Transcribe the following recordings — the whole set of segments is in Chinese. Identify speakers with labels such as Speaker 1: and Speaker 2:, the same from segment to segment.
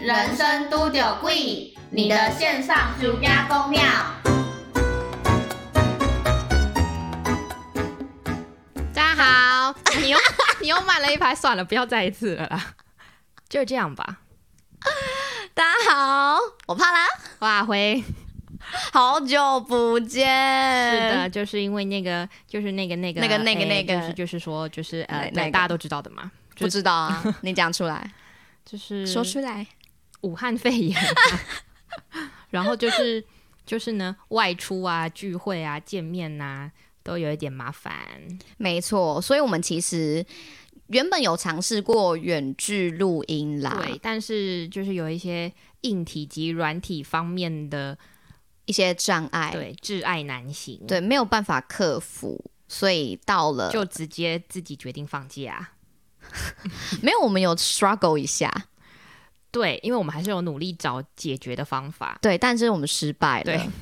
Speaker 1: 人生都有贵，你的线上暑假公庙。
Speaker 2: 大家好，你又 你又慢了一拍，算了，不要再一次了啦，就这样吧。
Speaker 3: 大家好，我怕啦，
Speaker 2: 哇，辉，
Speaker 3: 好久不
Speaker 2: 是
Speaker 3: 见。
Speaker 2: 的，就是因为那个，就是那个呃那个
Speaker 3: 那个那个
Speaker 2: 哎
Speaker 3: 那个
Speaker 2: 就是就是说，就是呃，
Speaker 3: 哪
Speaker 2: 对
Speaker 3: 哪个
Speaker 2: 大家都知道的嘛，
Speaker 3: 不知道啊，你讲出 来，
Speaker 2: 就是
Speaker 3: 说出来。
Speaker 2: 武汉肺炎啊， 然后就是就是呢，外出啊、聚会啊、见面呐、都有一点麻烦。
Speaker 3: 没错，所以我们其实原本有尝试过远距录音啦，
Speaker 2: 对，但是就是有一些硬体及软体方面的
Speaker 3: 一些障碍，
Speaker 2: 对挚爱难行，呃
Speaker 3: 对，没有办法克服，所以到了
Speaker 2: 就直接自己决定放弃啊。
Speaker 3: 没有我们有 struggle 一下，
Speaker 2: 对，因为我们还是有努力找解决的方法，
Speaker 3: 对，但是我们失败
Speaker 2: 对
Speaker 3: 了，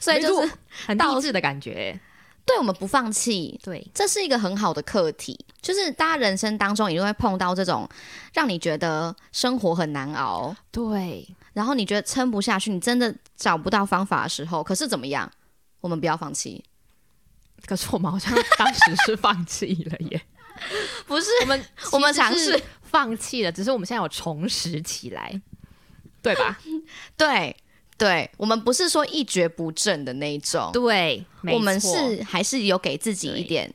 Speaker 3: 所以就是
Speaker 2: 很
Speaker 3: 到
Speaker 2: 励志的感觉。
Speaker 3: 对我们不放弃，
Speaker 2: 对，
Speaker 3: 这是一个很好的课题，就是大家人生当中一定会碰到这种让你觉得生活很难熬，
Speaker 2: 对，
Speaker 3: 然后你觉得撑不下去，你真的找不到方法的时候，可是怎么样？我们不要放弃，
Speaker 2: 可是我们好像当时是放弃了耶，
Speaker 3: 不是
Speaker 2: 我们
Speaker 3: 我们
Speaker 2: 其实
Speaker 3: 尝
Speaker 2: 是
Speaker 3: 试
Speaker 2: 放弃了，只是我们现在有重拾起来，对 吧？
Speaker 3: 对对，我们不是说一蹶不振的那一种，
Speaker 2: 对，没
Speaker 3: 我们
Speaker 2: 错
Speaker 3: 是还是有给自己一点，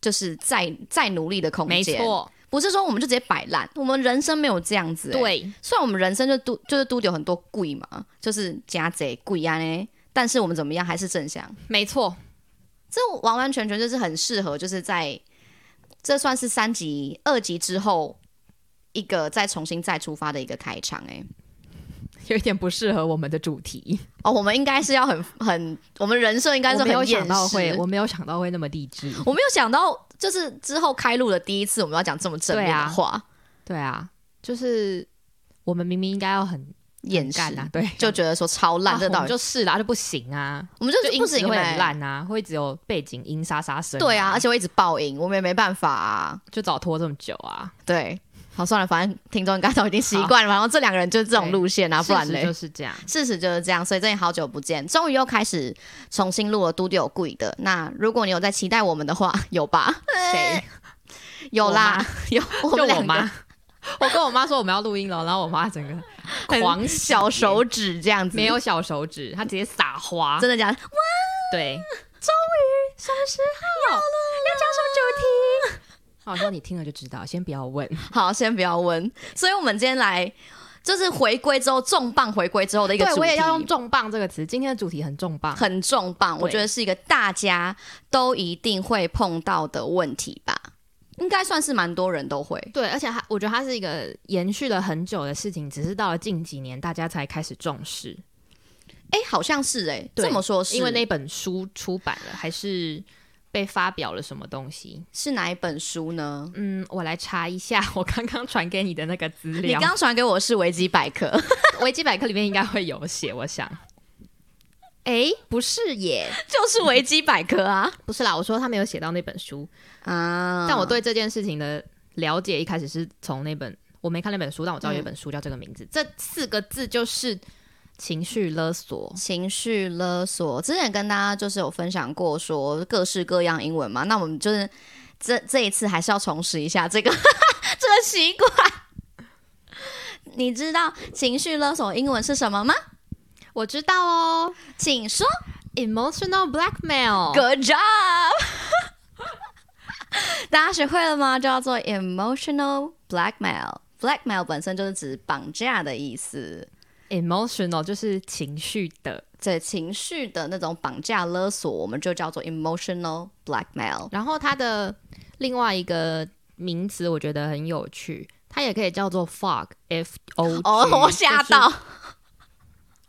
Speaker 3: 就是再再努力的空
Speaker 2: 没
Speaker 3: 间，
Speaker 2: 错，
Speaker 3: 不是说我们就直接摆烂，我们人生没有这样子、欸，
Speaker 2: 对，
Speaker 3: 虽然我们人生就都就是都有很多贵嘛，就是家贼贵啊呢，但是我们怎么样还是正向，
Speaker 2: 没错，
Speaker 3: 这完完全全就是很适合，就是在这算是三级、二级之后一个再重新再出发的一个开场哎、
Speaker 2: 有一点不适合我们的主题，
Speaker 3: 哦，我们应该是要很很，我们人设应该是
Speaker 2: 我
Speaker 3: 很
Speaker 2: 没有
Speaker 3: 厌
Speaker 2: 想到会，
Speaker 3: 世
Speaker 2: 我没有想到会那么励志。
Speaker 3: 我没有想到，就是之后开录的第一次，我们要讲这么正面
Speaker 2: 对啊
Speaker 3: 的话，
Speaker 2: 对啊，就是我们明明应该要很
Speaker 3: 厌世、
Speaker 2: 干啊，对，
Speaker 3: 就觉得说超烂，这
Speaker 2: 啊我
Speaker 3: 到
Speaker 2: 们
Speaker 3: 底
Speaker 2: 就是啦，就不行啊，
Speaker 3: 我们就
Speaker 2: 就是音
Speaker 3: 不
Speaker 2: 质
Speaker 3: 行
Speaker 2: 会
Speaker 3: 欸
Speaker 2: 很，烂啊，会只有背景音沙沙声、
Speaker 3: 对啊，而且会一直爆音，我们也没办法、啊，
Speaker 2: 就早拖这么久啊，
Speaker 3: 对。好，算了，反正听众应该都已经习惯了。然后这两个人就是这种路线啊，不然
Speaker 2: 事实
Speaker 3: 嘞
Speaker 2: 就，是 这样。
Speaker 3: 事实就是这样，所以真的好久不见，终于又开始重新录了《都丢贵的》。那如果你有在期待我们的话， 有吧？
Speaker 2: 谁？
Speaker 3: 有啦，有我
Speaker 2: 就我
Speaker 3: 们两
Speaker 2: 妈
Speaker 3: 个。
Speaker 2: 我跟我妈说我们要录音了，然后我妈整 个狂喜
Speaker 3: 小手指这样子，
Speaker 2: 没有小手指，她直接撒花。
Speaker 3: 真的假的？
Speaker 2: 对， 终于什么时候要讲什么主题？我说你听了就知道，先不要 问。
Speaker 3: 好，先不要问。所以我们今天来就是回归之后，重磅回归之后的一个主
Speaker 2: 对，
Speaker 3: 题，
Speaker 2: 我也要用“重磅”这个词。今天的主题很重磅，
Speaker 3: 很重磅，我
Speaker 2: 对
Speaker 3: 觉得是一个大家都一定会碰到的问题吧，应该算是蛮多人都会。
Speaker 2: 对，而且它我觉得它是一个延续了很久的事情，只是到了近几年大家才开始重视。
Speaker 3: 哎、好像是哎、
Speaker 2: 对
Speaker 3: 这么说是
Speaker 2: 因为那本书出版了，还是被发表了什么东西？
Speaker 3: 是哪一本书呢？
Speaker 2: 嗯，我来查一下我刚刚传给你的那个资
Speaker 3: 你
Speaker 2: 料，
Speaker 3: 刚传给我是维基百科，
Speaker 2: 维基百科里面应该会有写，我想。哎，不是耶，
Speaker 3: 就是维基百科 啊
Speaker 2: 不是啦，我说他没有写到那本书，
Speaker 3: 啊！
Speaker 2: 但我对这件事情的了解一开始是从那本我没看那本书，但我知道有一本书叫这个名字，这四个字就是情绪勒索。
Speaker 3: 情绪勒索，之前跟大家就是有分享过，说各式各样英文嘛。那我们就是这这一次还是要重拾一下这个 这个习惯。你知道情绪勒索英文是什么吗？
Speaker 2: 我知道哦
Speaker 3: 请说。
Speaker 2: ，emotional blackmail。
Speaker 3: Good job！大家学会了吗？叫做 emotional blackmail。blackmail 本身就是指绑架的意思，
Speaker 2: emotional 就是情绪的，
Speaker 3: 对情绪的那种绑架勒索，我们就叫做 emotional blackmail。
Speaker 2: 然后它的另外一个名词我觉得很有趣，它也可以叫做 fog，f o G，
Speaker 3: 哦，我吓
Speaker 2: 就是
Speaker 3: 到，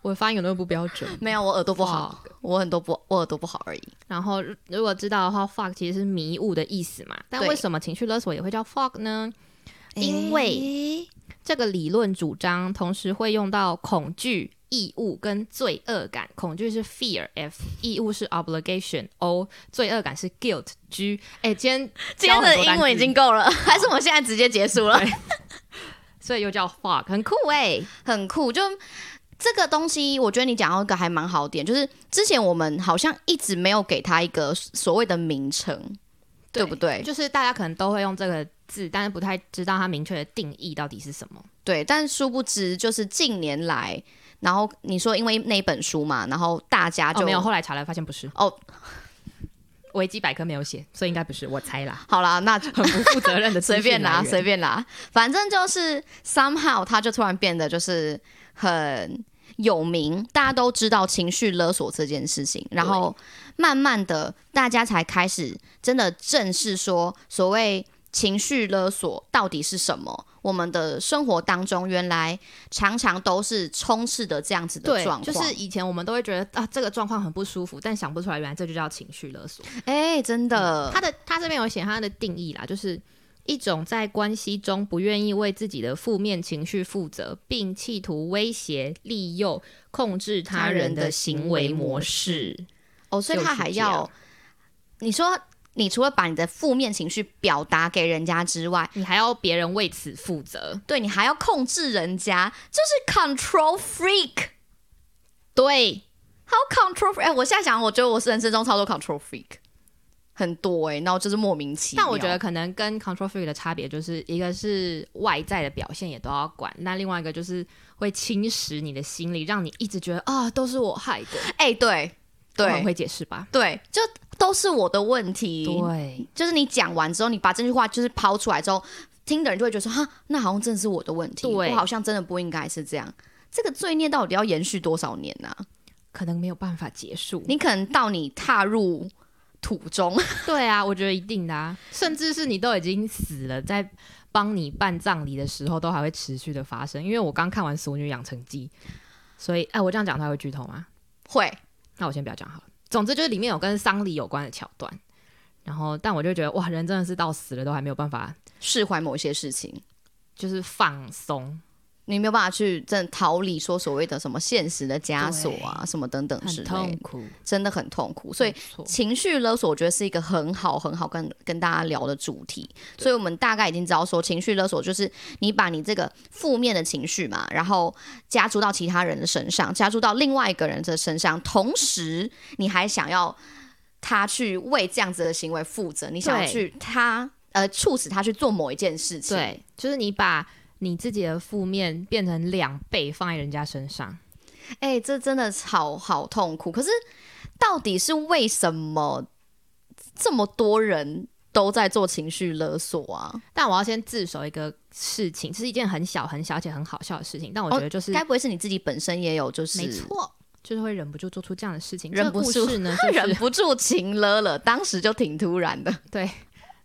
Speaker 2: 我发音有那么不标准。
Speaker 3: 没有，我耳朵不好，我很多不，我耳朵不好而已。
Speaker 2: 然后如如果知道的话，fog 其实是迷雾的意思嘛。但
Speaker 3: 对
Speaker 2: 为什么情绪勒索也会叫 fog 呢？因为这个理论主张同时会用到恐惧、义务跟罪恶感。恐惧是 fear，f；义务是 obligation，o；罪恶感是 guilt，g。哎，今天
Speaker 3: 今天
Speaker 2: 教很
Speaker 3: 的
Speaker 2: 多单
Speaker 3: 英文已
Speaker 2: 字
Speaker 3: 经够了，还是我现在直接结束了？
Speaker 2: 所以又叫 fog，很酷哎、
Speaker 3: 很酷。就这个东西，我觉得你讲到一个还蛮好的点，就是之前我们好像一直没有给它一个所谓的名称，对不对？
Speaker 2: 就是大家可能都会用这个字，但是不太知道它明确的定义到底是什么。
Speaker 3: 对，但殊不知就是近年来，然后你说因为那本书嘛，然后大家啊就、
Speaker 2: 哦，没有，后来查了发现不是
Speaker 3: 哦，
Speaker 2: 维基百科没有写，所以应该不是，我猜啦，
Speaker 3: 好啦，那
Speaker 2: 很不负责 任的
Speaker 3: 随便
Speaker 2: 拿
Speaker 3: 啦，，随便啦，反正就是 somehow 他就突然变得就是很有名，大家都知道情绪勒索这件事情，然后慢慢的大家才开始真的正视说所谓。情绪勒索到底是什么？我们的生活当中，原来常常都是充斥着这样子的
Speaker 2: 对
Speaker 3: 状，况。
Speaker 2: 就是以前我们都会觉得啊，这个状况很不舒服，但想不出来原来这就叫情绪勒索。
Speaker 3: 哎、真的，
Speaker 2: 嗯他的他这边有写他的定义啦，就是一种在关系中不愿意为自己的负面情绪负责，并企图威胁、利诱、控制他人的行为模式。
Speaker 3: 哦，所以他还
Speaker 2: 就是这样
Speaker 3: 要，你说你除了把你的负面情绪表达给人家之外，
Speaker 2: 你还要别人为此负责，
Speaker 3: 对你还要控制人家，这是 control freak，
Speaker 2: 对，
Speaker 3: 好 control freak。哎、我现在想，我觉得我是人生中超多 control freak，很多哎、然后就是莫名其妙。
Speaker 2: 但我觉得可能跟 control freak 的差别就是一个是外在的表现也都要管，那另外一个就是会侵蚀你的心理，让你一直觉得啊都是我害的。
Speaker 3: 哎、对
Speaker 2: 我很
Speaker 3: 对
Speaker 2: 会解释吧？
Speaker 3: 对，就都是我的问题。
Speaker 2: 对，
Speaker 3: 就是你讲完之后，你把这句话就是抛出来之后，听的人就会觉得说，哈，那好像真的是我的问题，
Speaker 2: 对
Speaker 3: 我好像真的不应该是这样。这个罪孽到底要延续多少年呢、啊
Speaker 2: 可能没有办法结束。
Speaker 3: 你可能到你踏入土中，
Speaker 2: 对啊，我觉得一定的啊，甚至是你都已经死了，在帮你办葬礼的时候，都还会持续的发生。因为我刚看完《俗女养成记》，所以哎，我这样讲他会剧透吗？
Speaker 3: 会
Speaker 2: 那我先不要讲好了。总之就是里面有跟丧礼有关的桥段，然后但我就觉得哇，人真的是到死了都还没有办法，
Speaker 3: 释怀某些事情。
Speaker 2: 就是放松，
Speaker 3: 你没有办法去真的逃离说所谓的什么现实的枷锁啊，什么等等之
Speaker 2: 很痛
Speaker 3: 类
Speaker 2: 嗯
Speaker 3: 的，
Speaker 2: 苦。
Speaker 3: 真的很痛苦。所以
Speaker 2: 没错
Speaker 3: 情绪勒索，我觉得是一个很好很好跟跟大家聊的主题。所以我们大概已经知道说，情绪勒索就是你把你这个负面的情绪嘛，然后加注到其他人的身上，加注到另外一个人的身上，同时你还想要他去为这样子的行为负责，你想要
Speaker 2: 对
Speaker 3: 去他呃促使他去做某一件事情。
Speaker 2: 对，就是你把你自己的负面变成两倍放在人家身上。
Speaker 3: 哎、这真的好好痛苦。可是到底是为什么这么多人都在做情绪勒索啊？
Speaker 2: 但我要先自首一个事情，这是一件很小很小而且很好笑的事情，但我觉得就是、
Speaker 3: 哦该不会是你自己本身也有就是
Speaker 2: 没 错，就是会忍不住做出这样的事情。
Speaker 3: 忍不
Speaker 2: 这
Speaker 3: 住
Speaker 2: 个故事 呢，就是、
Speaker 3: 忍不住情勒了？当时就挺突然的，
Speaker 2: 对，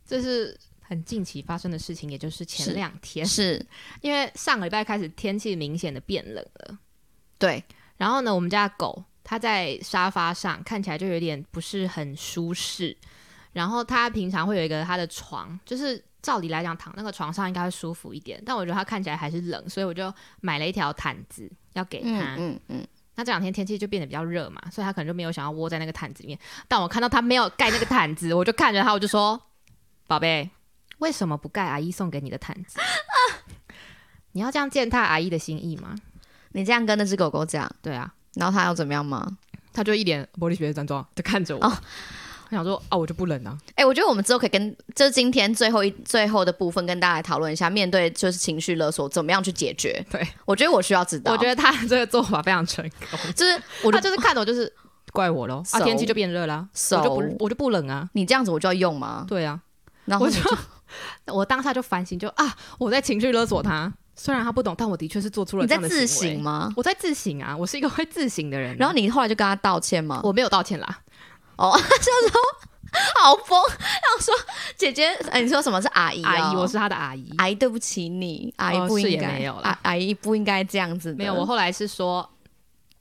Speaker 2: 这是很近期发生的事情，也就是
Speaker 3: 是
Speaker 2: 前两天，
Speaker 3: 是
Speaker 2: 因为上个礼拜开始天气明显的变冷了，
Speaker 3: 对，
Speaker 2: 然后呢，我们家的狗它在沙发上看起来就有点不是很舒适，然后它平常会有一个它的床，就是。照理来讲，躺那个床上应该会舒服一点，但我觉得它看起来还是冷，所以我就买了一条毯子要给它。
Speaker 3: 嗯嗯嗯，
Speaker 2: 那这两天天气就变得比较热嘛，所以他可能就没有想要窝在那个毯子里面。但我看到他没有盖那个毯子，我就看着他，我就说：“宝贝，为什么不盖阿姨送给你的毯子？ 你要这样践踏阿姨的心意吗
Speaker 3: 你这样跟那只狗狗讲，？”
Speaker 2: 对啊，
Speaker 3: 然后它要怎么样吗？
Speaker 2: 他就一脸玻璃学的症状，就看着我。我想说啊，我就不冷啊。
Speaker 3: 哎、我觉得我们之后可以跟，就是今天最后一最后的部分跟大家来讨论一下，面对就是情绪勒索怎么样去解决。
Speaker 2: 对，
Speaker 3: 我觉得我需要知道，
Speaker 2: 我觉得 他这个做法非常成功，
Speaker 3: 就是我
Speaker 2: 我他
Speaker 3: 就
Speaker 2: 就是看着我就是怪我咯。啊，
Speaker 3: So-
Speaker 2: 天气就变热啦，我就
Speaker 3: So-
Speaker 2: 不我就不冷啊。
Speaker 3: 你这样子我就要用吗？
Speaker 2: 对啊，
Speaker 3: 然后
Speaker 2: 我
Speaker 3: 你
Speaker 2: 就我当下就反省，就啊，我在情绪勒索他。虽然他不懂，但我的确是做出了
Speaker 3: 你
Speaker 2: 这样
Speaker 3: 在
Speaker 2: 的
Speaker 3: 自
Speaker 2: 行为
Speaker 3: 省吗？
Speaker 2: 我在自省啊，我是一个会自省的人啊、
Speaker 3: 然后你后来就跟他道歉吗？哦
Speaker 2: 我没有道歉啦，
Speaker 3: 好疯，然后说姐姐，哎，你说什么是阿姨哦、
Speaker 2: 阿姨，我是他的阿姨。
Speaker 3: 阿姨，对不起你，阿姨
Speaker 2: 哦
Speaker 3: 不
Speaker 2: 是
Speaker 3: 应
Speaker 2: 也
Speaker 3: 该，
Speaker 2: 没有啦
Speaker 3: 阿阿姨不应该这样子的，
Speaker 2: 没有，我后来是说，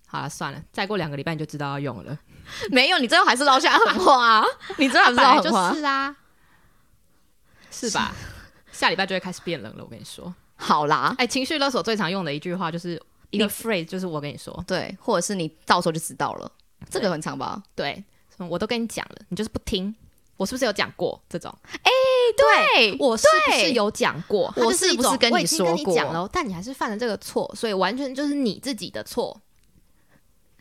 Speaker 2: 好了，算了，再过两个礼拜你就知道要用了。
Speaker 3: 没有，你最后还是落下 狠话、啊，你最后还是
Speaker 2: 本
Speaker 3: 落
Speaker 2: 来
Speaker 3: 狠话，
Speaker 2: 就是啊，是吧？下礼拜就会开始变冷了，我跟你说。
Speaker 3: 好啦，
Speaker 2: 哎、情绪勒索最常用的一句话就是一个 phrase，就是我跟你说，
Speaker 3: 对，或者是你到时候就知道了，这个很长吧？
Speaker 2: 对，什么我都跟你讲了，你就是不听。我是不是有讲过这种？
Speaker 3: 哎、对
Speaker 2: 我是不
Speaker 3: 对
Speaker 2: 是有讲过？它
Speaker 3: 我
Speaker 2: 就是
Speaker 3: 是
Speaker 2: 一
Speaker 3: 不
Speaker 2: 种
Speaker 3: 是跟
Speaker 2: 我
Speaker 3: 你
Speaker 2: 已经跟
Speaker 3: 说
Speaker 2: 你讲
Speaker 3: 过
Speaker 2: 了，但你还是犯了这个错，所以完全就是你自己的错。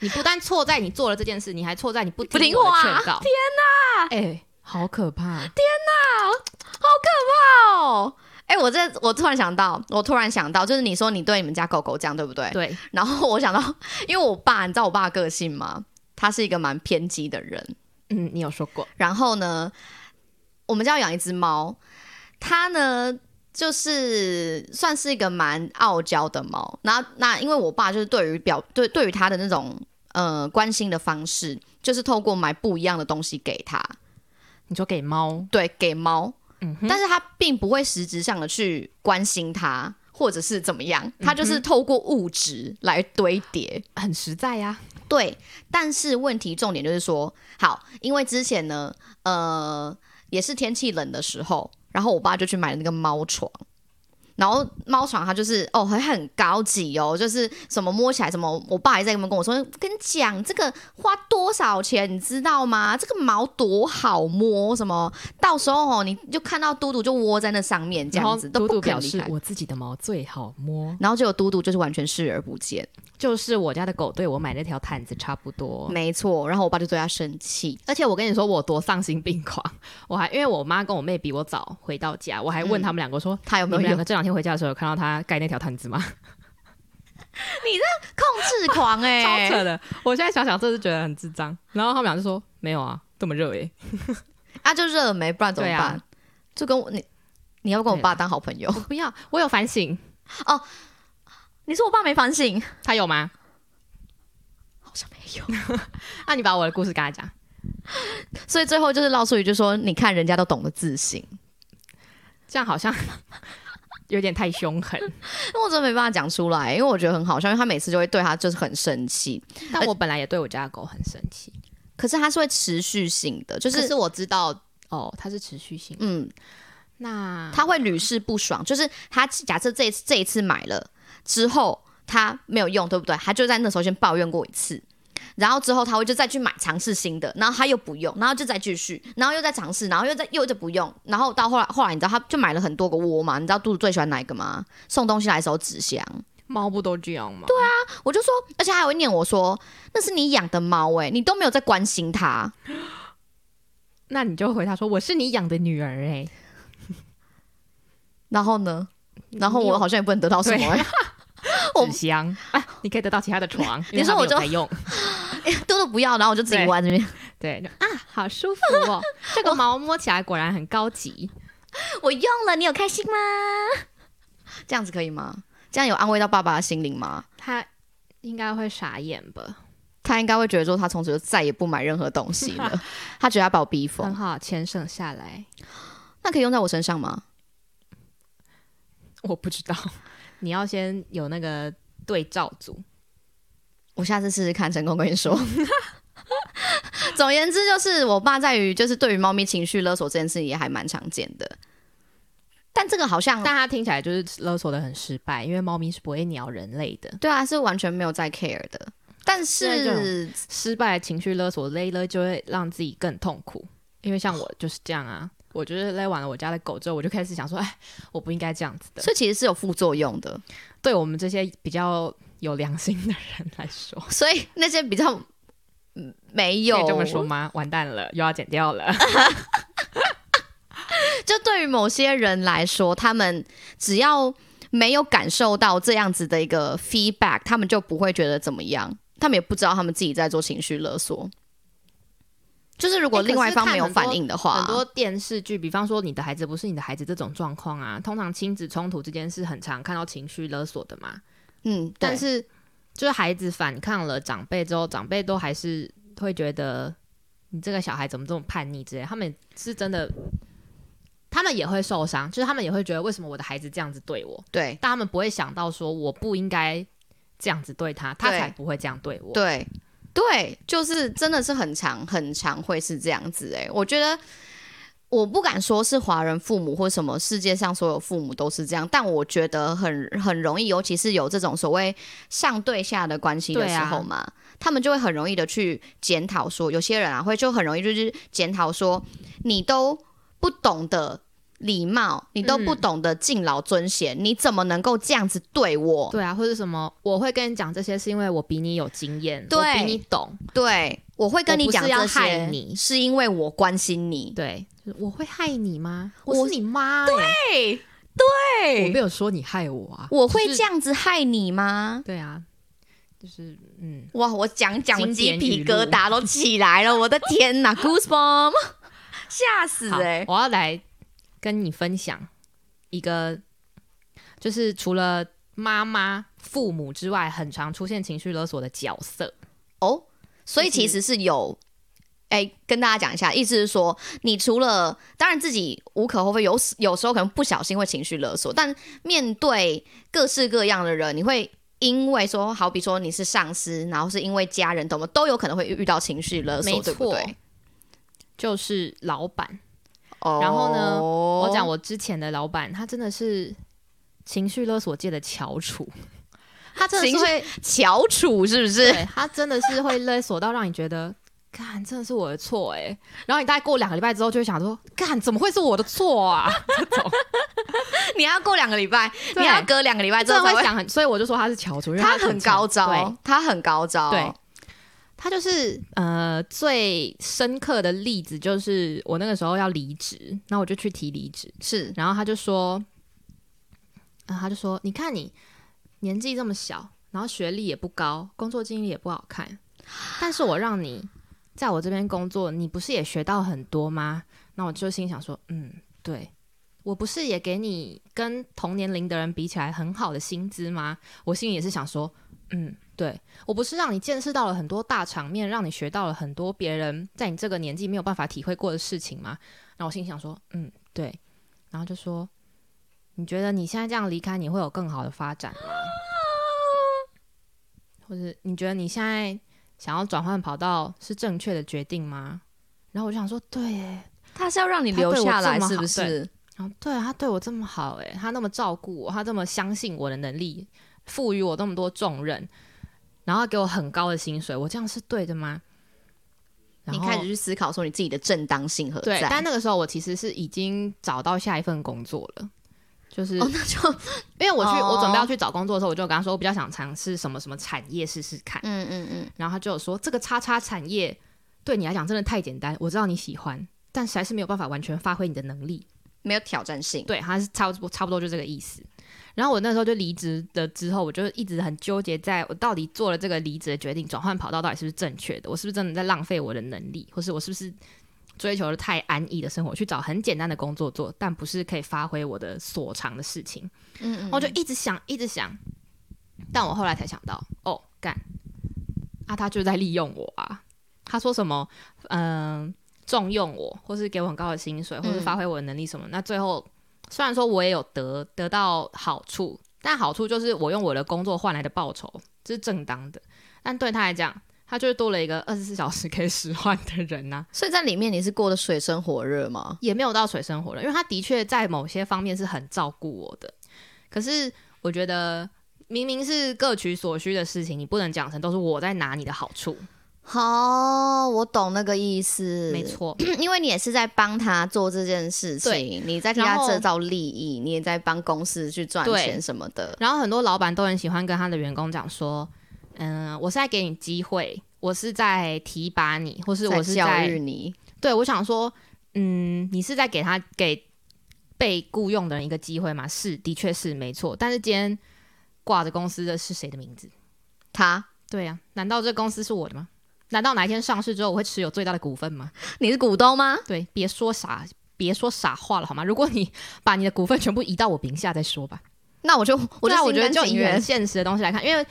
Speaker 2: 你不但错在你做了这件事，你还错在你不
Speaker 3: 不听
Speaker 2: 我的
Speaker 3: 话
Speaker 2: 劝告。天哪！哎、好可怕！
Speaker 3: 哦，哎、我这我突然想到，我突然想到，就是你说你对你们家狗狗这样，对不对？
Speaker 2: 对，
Speaker 3: 然后我想到，因为我爸，你知道我爸的个性吗？他是一个蛮偏激的人。
Speaker 2: 嗯，你有说过，
Speaker 3: 然后呢，我们家有养一只猫，它呢就是算是一个蛮傲娇的猫。那那因为我爸就是对于表对对于它的那种呃关心的方式，就是透过买不一样的东西给它，
Speaker 2: 你说给猫，
Speaker 3: 对，给猫。
Speaker 2: 嗯哼，
Speaker 3: 但是他并不会实质上的去关心它，或者是怎么样，
Speaker 2: 嗯
Speaker 3: 他就是透过物质来堆叠。
Speaker 2: 很实在呀、
Speaker 3: 对，但是问题重点就是说，好，因为之前呢，呃，也是天气冷的时候，然后我爸就去买了那个猫床。然后猫床它就是哦，还很高级哦，就是什么摸起来什么，我爸还在那边跟我说，哦跟你讲这个花多少钱，你知道吗？这个毛多好摸，什么到时候哦，你就看到嘟嘟就窝在那上面这
Speaker 2: 然后
Speaker 3: 样子，
Speaker 2: 嘟
Speaker 3: 都不
Speaker 2: 嘟
Speaker 3: 肯
Speaker 2: 表
Speaker 3: 离
Speaker 2: 示
Speaker 3: 开。
Speaker 2: 我自己的毛最好摸，
Speaker 3: 然后结果嘟嘟就是完全视而不见。
Speaker 2: 就是我家的狗对我买那条毯子差不多。
Speaker 3: 没错，然后我爸就对他生气。
Speaker 2: 而且我跟你说，我多丧心病狂！ 我还因为我妈跟我妹比我早回到家，我还问他们两个说：“
Speaker 3: 他有
Speaker 2: 你
Speaker 3: 没有
Speaker 2: 们
Speaker 3: 用
Speaker 2: 两个这两天回家的时候，有看到她盖那条毯子吗？”
Speaker 3: 控制狂哎、
Speaker 2: 超扯的！ 我现在想想，真是觉得很智障。然后他们俩就说：“没有啊，这么热诶、
Speaker 3: 啊就热没，不然怎么
Speaker 2: 对
Speaker 3: 办？
Speaker 2: 啊
Speaker 3: 就跟我你你要不跟我爸当好朋友？
Speaker 2: 我不要，我有反省，
Speaker 3: 你说我爸没反省，
Speaker 2: 他有吗？
Speaker 3: 好像没有，
Speaker 2: 那、你把我的故事跟他讲。
Speaker 3: 所以最后就是老出一句说，你看人家都懂得自省，
Speaker 2: 这样好像 有点太凶狠。
Speaker 3: 因为我真的没办法讲出来，因为我觉得很好笑，因为他每次就会对他就是很生气，
Speaker 2: 但我本来也对我家的狗很生气，
Speaker 3: 可是他是会持续性的，就
Speaker 2: 可
Speaker 3: 是
Speaker 2: 是我知道哦，它是持续性。
Speaker 3: 嗯，
Speaker 2: 那
Speaker 3: 他会屡试不爽，就是他假设这一次这一次买了之后，他没有用，对不对？他就在那时候先抱怨过一次，然后之后他会就再去买尝试新的，然后他又不用，然后就再继续，然后又再尝试，然后又再又就不用，然后到后来后来你知道他就买了很多个窝嘛，你知道嘟嘟最喜欢哪一个吗？送东西来的时候纸箱，
Speaker 2: 猫不都这样吗？对啊，
Speaker 3: 我就说，而且他还会念我说那是你养的猫哎、你都没有在关心它。
Speaker 2: 那你就回答说：“我是你养的女儿欸诶、
Speaker 3: 然后呢，然后
Speaker 2: 你有
Speaker 3: 我好像也不能得到什 么、欸，我
Speaker 2: 纸箱啊，你可以得到其他的 床，因为
Speaker 3: 你
Speaker 2: 它
Speaker 3: 说
Speaker 2: 没
Speaker 3: 我
Speaker 2: 有
Speaker 3: 就
Speaker 2: 在用，
Speaker 3: 嘟嘟不要，然后我就自己
Speaker 2: 对
Speaker 3: 窝在那边。
Speaker 2: 对就 啊，好舒服 哦，这个毛摸起来果然很高级。
Speaker 3: 我用了，你有开心吗？这样子可以吗？这样有安慰到爸爸的心灵吗？
Speaker 2: 它应该会傻眼吧？
Speaker 3: 他应该会觉得说，他从此就再也不买任何东西 了。他觉得他把我逼
Speaker 2: 很
Speaker 3: 疯，
Speaker 2: 好，钱省下来，
Speaker 3: 那可以用在我身上吗？
Speaker 2: 我不知道，你要先有那个对照组，
Speaker 3: 我下次试试看，成功跟你说。 总而言之，就是我爸在于就是对于猫咪情绪勒索这件事情也还蛮常见的，但这个好像
Speaker 2: 但它听起来就是勒索的很失败，因为猫咪是不会鸟人类的。
Speaker 3: 对啊是完全没有在 care 的，但
Speaker 2: 对这
Speaker 3: 是
Speaker 2: 失败的情绪勒索勒一勒就会让自己更痛苦，因为像我就是这样啊，我就是勒完了我家的狗之后，我就开始想说，哎，我不应该这样子的。
Speaker 3: 所以其实是有副作用的。
Speaker 2: 对我们这些比较有良心的人来说，
Speaker 3: 所以那些比较嗯没有
Speaker 2: 可以这么说吗？完蛋了，又要剪掉了。
Speaker 3: 就对于某些人来说，他们只要没有感受到这样子的一个 feedback，他们就不会觉得怎么样，他们也不知道他们自己在做情绪勒索。就是如果
Speaker 2: 欸可是
Speaker 3: 另外一方没有
Speaker 2: 看很多
Speaker 3: 反应的话，
Speaker 2: 很多电视剧，比方说你的孩子不是你的孩子这种状况啊，通常亲子冲突之间是很常看到情绪勒索的嘛。
Speaker 3: 嗯，对
Speaker 2: 但是就是孩子反抗了长辈之后，长辈都还是会觉得你这个小孩怎么这么叛逆之类，他们是真的。他们也会受伤，就是他们也会觉得为什么我的孩子这样子对我，
Speaker 3: 对
Speaker 2: 但他们不会想到说我不应该这样子对他，他
Speaker 3: 对
Speaker 2: 才不会这样对我。
Speaker 3: 对对，就是真的是很常很常会是这样子哎、我觉得。我不敢说是华人父母或什么世界上所有父母都是这样，但我觉得很很容易，尤其是有这种所谓上对下的关系的
Speaker 2: 对
Speaker 3: 时
Speaker 2: 啊
Speaker 3: 候嘛，他们就会很容易的去检讨说，有些人啊会就很容易就是检讨说，你都不懂得礼貌，你都
Speaker 2: 嗯
Speaker 3: 不懂得敬老尊贤，你怎么能够这样子对我？
Speaker 2: 对啊，或者什么，我会跟你讲这些，是因为我比你有经验，
Speaker 3: 对
Speaker 2: 我比你懂，
Speaker 3: 对，我会跟你讲
Speaker 2: 我
Speaker 3: 这
Speaker 2: 不是要害
Speaker 3: 些，
Speaker 2: 你
Speaker 3: 是因为我关心你。
Speaker 2: 对，就是我会害你吗？
Speaker 3: 我
Speaker 2: 我是你妈、欸，对，
Speaker 3: 对，
Speaker 2: 我没有说你害我啊，
Speaker 3: 我会
Speaker 2: 就是
Speaker 3: 这样子害你吗？
Speaker 2: 对啊，就是嗯，
Speaker 3: 哇，我讲讲，我
Speaker 2: 经
Speaker 3: 鸡
Speaker 2: 典
Speaker 3: 皮
Speaker 2: 语录
Speaker 3: 疙瘩都起来了，我的 天哪 ，goosebump，吓死
Speaker 2: 好
Speaker 3: 哎、，欸！
Speaker 2: 我要来跟你分享一个，就是除了妈妈、父母之外，很常出现情绪勒索的角色。
Speaker 3: 哦，所以
Speaker 2: 就是
Speaker 3: 其实是有，哎、跟大家讲一下，意思是说，你除了当然自己无可厚非，有时有时候可能不小心会情绪勒索，但面对各式各样的人，你会。因为说，好比说你是上司，然后是因为家人，懂吗？都有可能会遇遇到情绪勒索，
Speaker 2: 没
Speaker 3: 对不
Speaker 2: 错
Speaker 3: 对？
Speaker 2: 就是老板，
Speaker 3: 哦
Speaker 2: 然后呢我讲我之前的老板，他真的是情绪勒索界的翘 楚，他真的是
Speaker 3: 情绪
Speaker 2: 会，
Speaker 3: 翘楚是不是？
Speaker 2: 对他真的是会勒索到让你觉得，干，真的是我的错哎、然后你大概过两个礼拜之后，就会想说，干，怎么会是我的错 啊？
Speaker 3: 你要过两个礼拜，
Speaker 2: 对
Speaker 3: 你要隔两个礼拜之
Speaker 2: 真
Speaker 3: 后
Speaker 2: 的
Speaker 3: 才
Speaker 2: 会想很，所以我就说他是翘楚，因为
Speaker 3: 他
Speaker 2: 很
Speaker 3: 很高
Speaker 2: 对
Speaker 3: 招，他很高招，
Speaker 2: 对，他就是呃最深刻的例子就是我那个时候要离职，那我就去提离职，
Speaker 3: 是
Speaker 2: 然后他就说，啊、他就说你看你年纪这么小，然后学历也不高，工作经历也不好看，但是我让你在我这边工作，你不是也学到很多吗？那我就心想说，嗯，对。我不是也给你跟同年龄的人比起来很好的薪资吗？我心里也是想说，嗯，对，我不是让你见识到了很多大场面，让你学到了很多别人在你这个年纪没有办法体会过的事情吗？然后我心里想说，嗯，对，然后就说，你觉得你现在这样离开，你会有更好的发展
Speaker 3: 啊
Speaker 2: 吗？或者你觉得你现在想要转换跑道是正确的决定吗？然后我就想说，对耶，
Speaker 3: 他是要让你
Speaker 2: 他
Speaker 3: 留
Speaker 2: 对我
Speaker 3: 下
Speaker 2: 这
Speaker 3: 来，
Speaker 2: 么
Speaker 3: 是
Speaker 2: 好
Speaker 3: 不是？
Speaker 2: 然后对啊他对我这么好，诶，他那么照顾我，他这么相信我的能力，赋予我那么多重任，然后给我很高的薪水，我这样是对的吗？然
Speaker 3: 你
Speaker 2: 后
Speaker 3: 开始去思考说你自己的正当性何
Speaker 2: 对，
Speaker 3: 在？
Speaker 2: 但那个时候我其实是已经找到下一份工作了，就是、
Speaker 3: 哦，那就
Speaker 2: 因为我去、我准备
Speaker 3: 哦
Speaker 2: 要去找工作的时候，我就跟他说我比较想尝试什么什么产业试试看，
Speaker 3: 嗯嗯嗯，
Speaker 2: 然后他就有说这个叉叉产业对你来讲真的太简单，我知道你喜欢，但实在是没有办法完全发挥你的能力，
Speaker 3: 没有挑战性。
Speaker 2: 对，他是差不多差不多就这个意思。然后我那时候就离职了之后，我就一直很纠结，在我到底做了这个离职的决定，转换跑道到底是不是正确的？我是不是真的在浪费我的能力，或是我是不是追求了太安逸的生活，去找很简单的工作做，但不是可以发挥我的所长的事情？
Speaker 3: 嗯嗯，
Speaker 2: 我就一直想，一直想，但我后来才想到，哦，干，啊，他就在利用我啊！他说什么，嗯、重用我，或是给我很高的薪水，或是
Speaker 3: 嗯
Speaker 2: 发挥我的能力什么。那最后虽然说我也有得得到好处，但好处就是我用我的工作换来的报酬，这是正当的。但对他来讲，他就是多了一个二十四小时可以使唤的人啊呐、
Speaker 3: 所以在里面你是过得水深火热吗？
Speaker 2: 也没有到水深火热，因为他的确在某些方面是很照顾我的。可是我觉得明明是各取所需的事情，你不能讲成都是我在拿你的好处，
Speaker 3: 好，我懂那个意思，
Speaker 2: 没，错。
Speaker 3: 因为你也是在帮他做这件事
Speaker 2: 对
Speaker 3: 情，你在替他
Speaker 2: 然后
Speaker 3: 制造利益，你也在帮公司去赚
Speaker 2: 对
Speaker 3: 钱什么的。
Speaker 2: 然后很多老板都很喜欢跟他的员工讲说：“嗯、我是在给你机会，我是在提拔你，或是我是
Speaker 3: 在教
Speaker 2: 在
Speaker 3: 育你，
Speaker 2: 对，我想说，嗯，你是在给他给被雇佣的人一个机会吗？是，的确是没错。但是今天挂着公司的是谁的名字？
Speaker 3: 他
Speaker 2: 对呀、难道这公司是我的吗？难道哪一天上市之后我会持有最大的股份吗？
Speaker 3: 你是股东吗？
Speaker 2: 对，别说傻，别说傻话了好吗？如果你把你的股份全部移到我名下再说吧。
Speaker 3: 那我就 我
Speaker 2: 对啊
Speaker 3: 就
Speaker 2: 我
Speaker 3: 心
Speaker 2: 觉得
Speaker 3: 甘
Speaker 2: 就
Speaker 3: 情
Speaker 2: 以很
Speaker 3: 愿
Speaker 2: 现实的东西来看，因为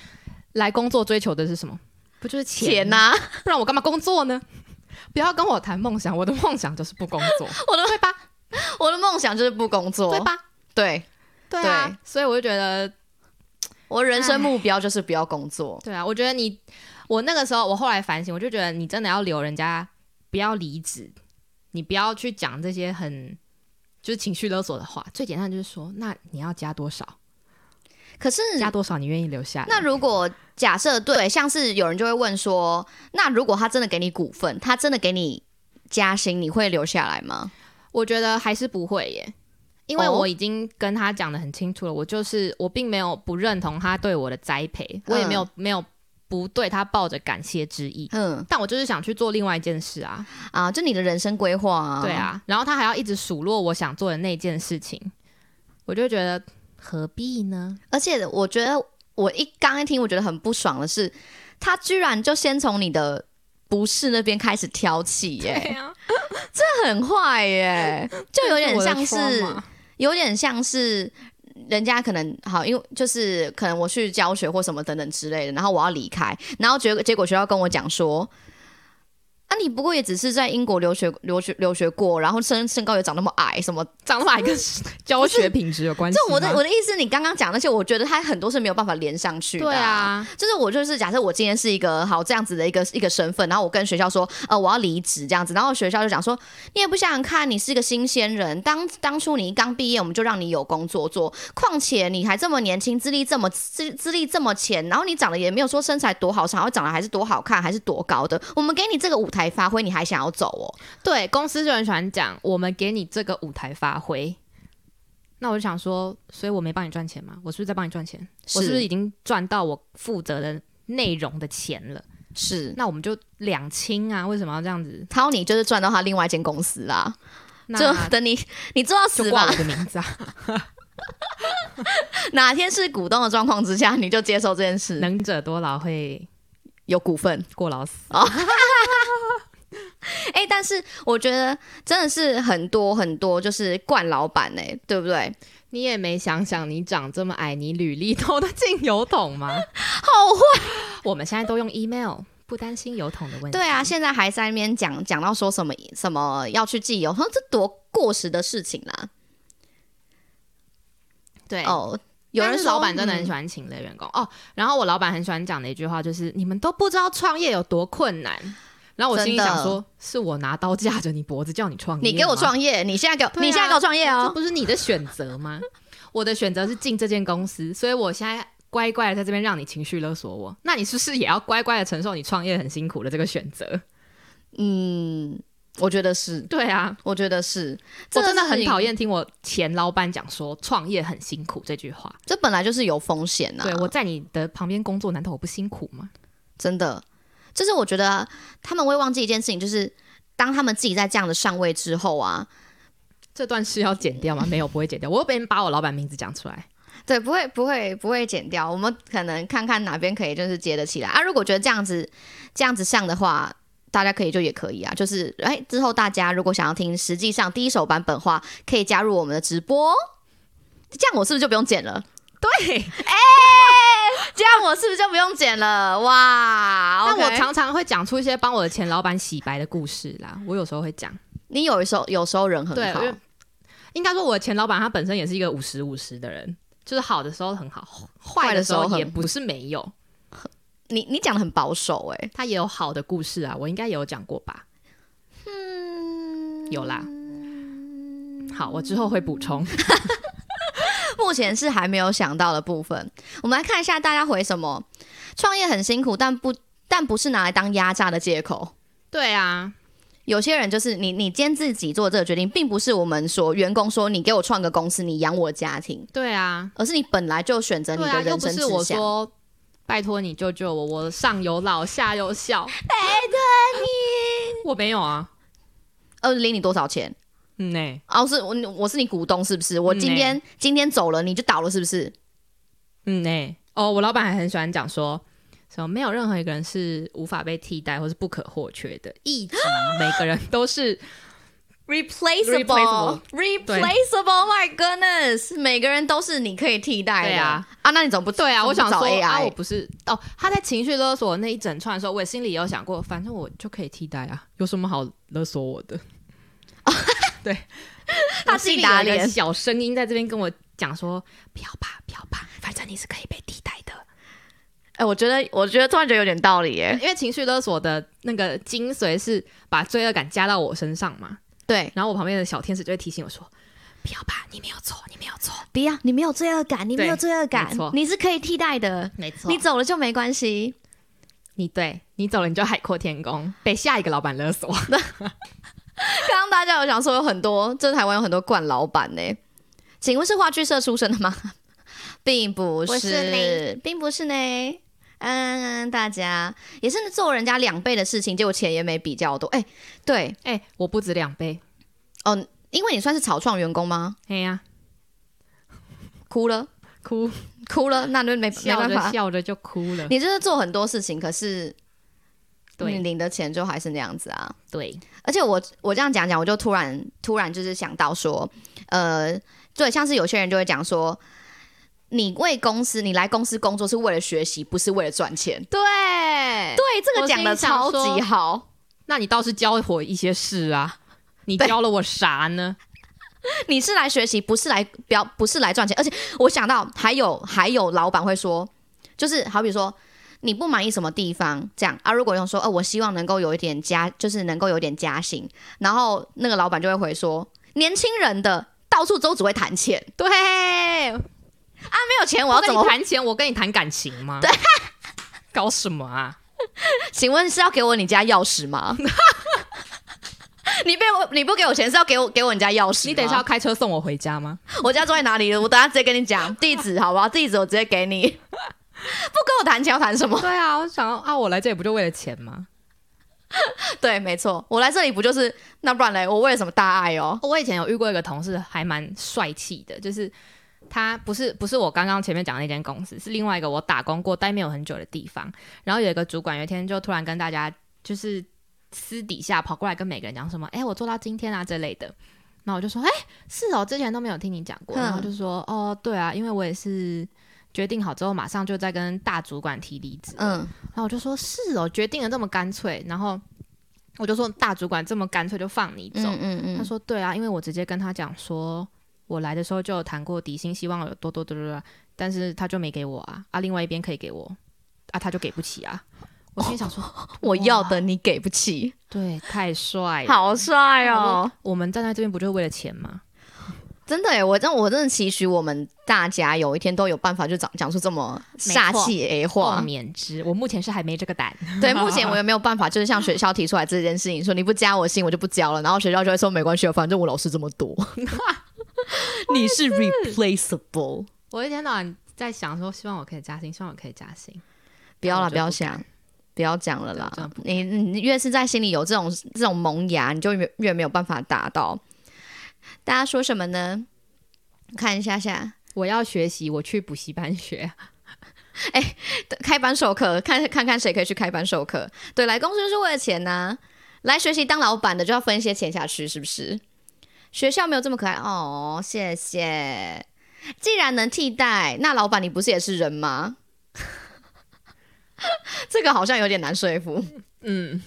Speaker 2: 来工作追求的是什么？不就是钱？啊
Speaker 3: 钱啊呐，
Speaker 2: 不然我干嘛工作呢？不要跟我谈梦想，我的梦想就是不工 作，
Speaker 3: 我的对吧？我的梦想就是不工作，
Speaker 2: 对？吧？
Speaker 3: 对，
Speaker 2: 对
Speaker 3: 啊
Speaker 2: 啊，所以我就觉得，
Speaker 3: 我人生目标就是不要工作。
Speaker 2: 对啊，我觉得你，我那个时候，我后来反省，我就觉得你真的要留人家，不要离职，你不要去讲这些很就是情绪勒索的话。最简单就是说，那你要加多少？
Speaker 3: 可是
Speaker 2: 加多少你愿意留下来？
Speaker 3: 嗯那如果假设对，像是有人就会问说，那如果他真的给你股份，他真的给你加薪，你会留下来吗？
Speaker 2: 我觉得还是不会耶，因为
Speaker 3: 哦
Speaker 2: 我已经跟他讲的很清楚了，我就是我并没有不认同他对我的栽培，我也没有、没有不对他抱着感谢之意，
Speaker 3: 嗯
Speaker 2: 但我就是想去做另外一件事啊，
Speaker 3: 啊，就你的人生规划啊，
Speaker 2: 对，啊，然后他还要一直数落我想做的那件事情，我就觉得何必呢？
Speaker 3: 而且我觉得我一刚一听，我觉得很不爽的是，他居然就先从你的不是那边开始挑起、耶，
Speaker 2: 啊，
Speaker 3: 这很坏耶、 就有点像是，
Speaker 2: trauma
Speaker 3: 有点像是。人家可能好，因为就是可能我去教学或什么等等之类的，然后我要离开，然后结结果学校跟我讲说，啊，你不过也只是在英国留学留学留学过，然后身身高也长那么矮，什么
Speaker 2: 长得跟教学品质有关系吗。
Speaker 3: 这我的我的意思，你刚刚讲那些，我觉得他很多是没有办法连上去的、
Speaker 2: 对，啊，
Speaker 3: 就是我就是假设我今天是一个好这样子的一个一个身份，然后我跟学校说，呃，我要离职这样子，然后学校就讲说，你也不想想看，你是一个新鲜人，当当初你刚毕业，我们就让你有工作做，况且你还这么年轻，资历这么资资历这么浅，然后你长得也没有说身材多好，然后长得还是多好看，还是多高的，我们给你这个舞台发挥，你还想要走哦？
Speaker 2: 对公司就很喜欢讲，我们给你这个舞台发挥。那我就想说，所以我没帮你赚钱吗？我是不是在帮你赚钱？我是不是已经赚到我负责的内容的钱了？
Speaker 3: 是。
Speaker 2: 那我们就两清啊，为什么要这样子？
Speaker 3: 涛，你就是赚到他另外一间公司啦，
Speaker 2: 那
Speaker 3: 就等你你做到
Speaker 2: 就
Speaker 3: 死
Speaker 2: 挂
Speaker 3: 吧
Speaker 2: 我，的名字啊，
Speaker 3: 哪天是股东的状况之下，你就接受这件事，
Speaker 2: 能者多劳会
Speaker 3: 有股份。
Speaker 2: 过劳死。
Speaker 3: 哎、但是我觉得真的是很多很多，就是惯老板哎、对不对？
Speaker 2: 你也没想想，你长这么矮，你履历投得进邮筒吗？
Speaker 3: 好坏。
Speaker 2: 我们现在都用 email，不担心邮筒的问题。
Speaker 3: 对啊，现在还在那边讲讲到说什么什么要去寄邮，哼，这多过时的事情啦。
Speaker 2: 对
Speaker 3: 哦，
Speaker 2: 有
Speaker 3: 有人
Speaker 2: 人
Speaker 3: 说
Speaker 2: 老板真的很喜
Speaker 3: 嗯
Speaker 2: 欢请的员工、哦。然后我老板很喜欢讲的一句话就是：“你们都不知道创业有多困难。”然后我心里
Speaker 3: 真的
Speaker 2: 想说：“是我拿刀架着你脖子叫你创业，
Speaker 3: 嗯你给我，创业，你现在给我，
Speaker 2: 对啊
Speaker 3: 你现在给我创业
Speaker 2: 这
Speaker 3: 哦。
Speaker 2: 不是你的选择 吗？我的选择是进这间公司，所以我现在乖乖的在这边让你情绪勒索我。那你是不是也要乖乖的承受你创业很辛苦的这个选择？
Speaker 3: 嗯，我觉得是，
Speaker 2: 对啊，
Speaker 3: 我觉得是，
Speaker 2: 我真的
Speaker 3: 这个事
Speaker 2: 很
Speaker 3: 情
Speaker 2: 讨，厌听我前老板讲说创业很辛苦这句话。
Speaker 3: 这本来就是有风险啊呐、
Speaker 2: 对我在你的旁边工作，难道我不辛苦吗？
Speaker 3: 真的，就是我觉得啊他们会忘记一件事情，就是当他们自己在这样的上位之后啊，
Speaker 2: 这段是要剪 掉吗？没有，不会剪掉。我又被人把我老板名字讲出 来，
Speaker 3: 对，不会不会不会剪掉，我们可能看看哪边可以就是接得起来啊。如果觉得这样子这样子上的话。大家可以就也可以啊，就是哎，之后大家如果想要听实际上第一手版本的话，可以加入我们的直播哦，这样我是不是就不用剪了？哎
Speaker 2: 对。
Speaker 3: 这样我是不是就不用剪了？哇！
Speaker 2: 但我
Speaker 3: OK
Speaker 2: 常常会讲出一些帮我的前老板洗白的故事啦。我有时候会讲，
Speaker 3: 你有时候有时候人很
Speaker 2: 对，
Speaker 3: 好
Speaker 2: 因，为应该说我的前老板他本身也是一个五十五十的人，就是好的时候很好，坏的时
Speaker 3: 坏的时候
Speaker 2: 候
Speaker 3: 很
Speaker 2: 也不是没有，
Speaker 3: 你你讲的很保守哎、
Speaker 2: 他也有好的故事啊。我应该也有讲过吧？嗯，有啦。好，我之后会补充。
Speaker 3: 目前是还没有想到的部分。我们来看一下大家回什么：创业很辛苦，但不但不是拿来当压榨的借口。
Speaker 2: 对啊，
Speaker 3: 有些人就是你，你今天自己做这个决定，并不是我们说员工说你给我创个公司，你养我家庭，
Speaker 2: 对啊，
Speaker 3: 而是你本来就选择你
Speaker 2: 对
Speaker 3: 的
Speaker 2: 啊，又
Speaker 3: 人
Speaker 2: 不
Speaker 3: 生
Speaker 2: 是我
Speaker 3: 志向。
Speaker 2: 说，拜托你救救我，我上有老下有小，拜托你， 我没有啊，
Speaker 3: 呃，领你多少钱？
Speaker 2: 嗯呢、
Speaker 3: 哦，是我我是你股东是不是？我
Speaker 2: 嗯
Speaker 3: 今
Speaker 2: 欸
Speaker 3: 天、今天走了你就倒了是不是？
Speaker 2: 嗯呢、哦，我老板还很喜欢讲说。什么？没有任何一个人是无法被替代或是不可或缺的，以及每个人都是
Speaker 3: replaceable
Speaker 2: Replaceable
Speaker 3: replaceable my goodness，每个人都是你可以替代的
Speaker 2: 对啊
Speaker 3: 啊！那你怎么不
Speaker 2: 对啊。
Speaker 3: 怎么
Speaker 2: 我
Speaker 3: 不
Speaker 2: 想
Speaker 3: 找
Speaker 2: 说
Speaker 3: AI？、
Speaker 2: 啊，我不是哦。他在情绪勒索那一整串的时候，我也心里有想过，反正我就可以替代啊，有什么好勒索我 的？对，
Speaker 3: 他
Speaker 2: 我
Speaker 3: 自己
Speaker 2: 心里
Speaker 3: 打
Speaker 2: 有一个
Speaker 3: 脸
Speaker 2: 小声音在这边跟我讲说：“不要怕，不要怕，反正你是可以被替代的。
Speaker 3: 哎、我觉得，我觉得突然觉得有点道理耶。
Speaker 2: 因为情绪勒索的那个精髓是把罪恶感加到我身上嘛。
Speaker 3: 对，
Speaker 2: 然后我旁边的小天使就会提醒我说：“不要怕，你没有错，你没有错，
Speaker 3: 不要，你没有罪恶感，你
Speaker 2: 对
Speaker 3: 没有罪恶感
Speaker 2: 没错，
Speaker 3: 你是可以替代的，
Speaker 2: 没错
Speaker 3: 你
Speaker 2: 你
Speaker 3: 走了就没关 系。
Speaker 2: 你对你走了，你就海阔天空，被下一个老板勒索。
Speaker 3: 刚刚大家有想说有很多，这台湾有很多惯老板呢、请问是话剧社出身的吗？ 并不
Speaker 2: 不是呢
Speaker 3: 并不是呢。嗯，大家也是做人家两倍的事情，结果钱也没比较多。哎、对
Speaker 2: 哎、我不止两倍，
Speaker 3: 哦，因为你算是草创员工吗？
Speaker 2: 哎呀、
Speaker 3: 哭了，
Speaker 2: 哭，
Speaker 3: 哭了，那就没没
Speaker 2: 笑
Speaker 3: 办
Speaker 2: 着
Speaker 3: 法。
Speaker 2: 笑着就哭了。嗯
Speaker 3: 你就是做很多事情，可是你
Speaker 2: 对
Speaker 3: 嗯领的钱就还是那样子啊。
Speaker 2: 对，
Speaker 3: 而且我我这样讲讲，我就突然突然就是想到说，呃，对，像是有些人就会讲说，你为公司，你来公司工作是为了学习，不是为了赚钱。
Speaker 2: 对
Speaker 3: 对，这个
Speaker 2: 我
Speaker 3: 讲的
Speaker 2: 心想
Speaker 3: 超级
Speaker 2: 说
Speaker 3: 好。
Speaker 2: 那你倒是教我一些事啊！你
Speaker 3: 对
Speaker 2: 教了我啥呢？
Speaker 3: 你是来学习，不是来表，不是来赚钱。而且我想到还有还有老板会说，就是好比说你不满意什么地方这样啊，如果用说，哦、我希望能够有一点加，就是能够有点加薪，然后那个老板就会回说，年轻人的到处都只会谈钱，啊
Speaker 2: 对，我
Speaker 3: 没有钱我要
Speaker 2: 跟
Speaker 3: 怎
Speaker 2: 你
Speaker 3: 么会？
Speaker 2: 谈钱？我跟你谈感情吗？对，搞什么啊？
Speaker 3: 请问是要给我你家钥匙吗？ 你被我你不给我钱是要给我给我你家钥匙吗？
Speaker 2: 你等一下要开车送我回家吗？
Speaker 3: 我家住在哪里？我等下直接跟你讲地址，好不好？地址我直接给你。 不跟我谈钱要谈什么？
Speaker 2: 对啊，我想啊，我来这里不就为了钱吗？
Speaker 3: 对，没错，我来这里不就是那不然嘞？我为了什么大爱哦？
Speaker 2: 我以前有遇过一个同事，还蛮帅气的，就是他不是不是我刚刚前面讲的那间公司，是另外一个我打工过待没有很久的地方。然后有一个主管有一天就突然跟大家就是私底下跑过来跟每个人讲什么，哎、我做到今天啊这类的。然后我就说，哎、是哦，之前都没有听你讲过。
Speaker 3: 嗯
Speaker 2: 然后就说，哦，对啊，因为我也是决定好之后，马上就在跟大主管提离职。
Speaker 3: 嗯，
Speaker 2: 然后我就说，是哦，决定了这么干脆。然后我就说，大主管这么干脆就放你走。
Speaker 3: 嗯嗯
Speaker 2: 他
Speaker 3: 嗯，
Speaker 2: 说：“对啊，因为我直接跟他讲说，我来的时候就有谈过底薪，希望有多多多多，多但是他就没给我啊啊，另外一边可以给我啊，他就给不起啊。”我心里想说
Speaker 3: 我要
Speaker 2: 哇
Speaker 3: 的你给不起，
Speaker 2: 对，太帅了，
Speaker 3: 好帅
Speaker 2: 我
Speaker 3: 哦！
Speaker 2: 我们站在这边不就是为了钱吗？
Speaker 3: 真的耶，我真我真的期许我们大家有一天都有办法就讲讲出这么
Speaker 2: 没错
Speaker 3: 煞气 A
Speaker 2: 共
Speaker 3: 话。
Speaker 2: 勉之，我目前是还没这个胆。
Speaker 3: 对，目前我也没有办法，就是向学校提出来这件事情，说你不加我信我就不交了，然后学校就会说没关系，反正我老师这么 多，你是 replaceable，
Speaker 2: 我一天到晚在想说，希望我可以加薪，希望我可以加薪。
Speaker 3: 不要
Speaker 2: 那我
Speaker 3: 啦，
Speaker 2: 就
Speaker 3: 不要
Speaker 2: 不
Speaker 3: 想，不要讲了
Speaker 2: 对我真
Speaker 3: 啦
Speaker 2: 的。
Speaker 3: 你你越是在心里有这种这种萌芽，你就越越没有办法达到。大家说什么呢？看一下下，
Speaker 2: 我要学习，我去补习班学。
Speaker 3: 开班授课，看看看谁可以去开班授课。对，来公司就是为了钱呐、来学习当老板的就要分一些钱下去，是不是？学校没有这么可爱哦，谢谢。既然能替代，那老板你不是也是人吗？ 这个好像有点难说服。
Speaker 2: 嗯，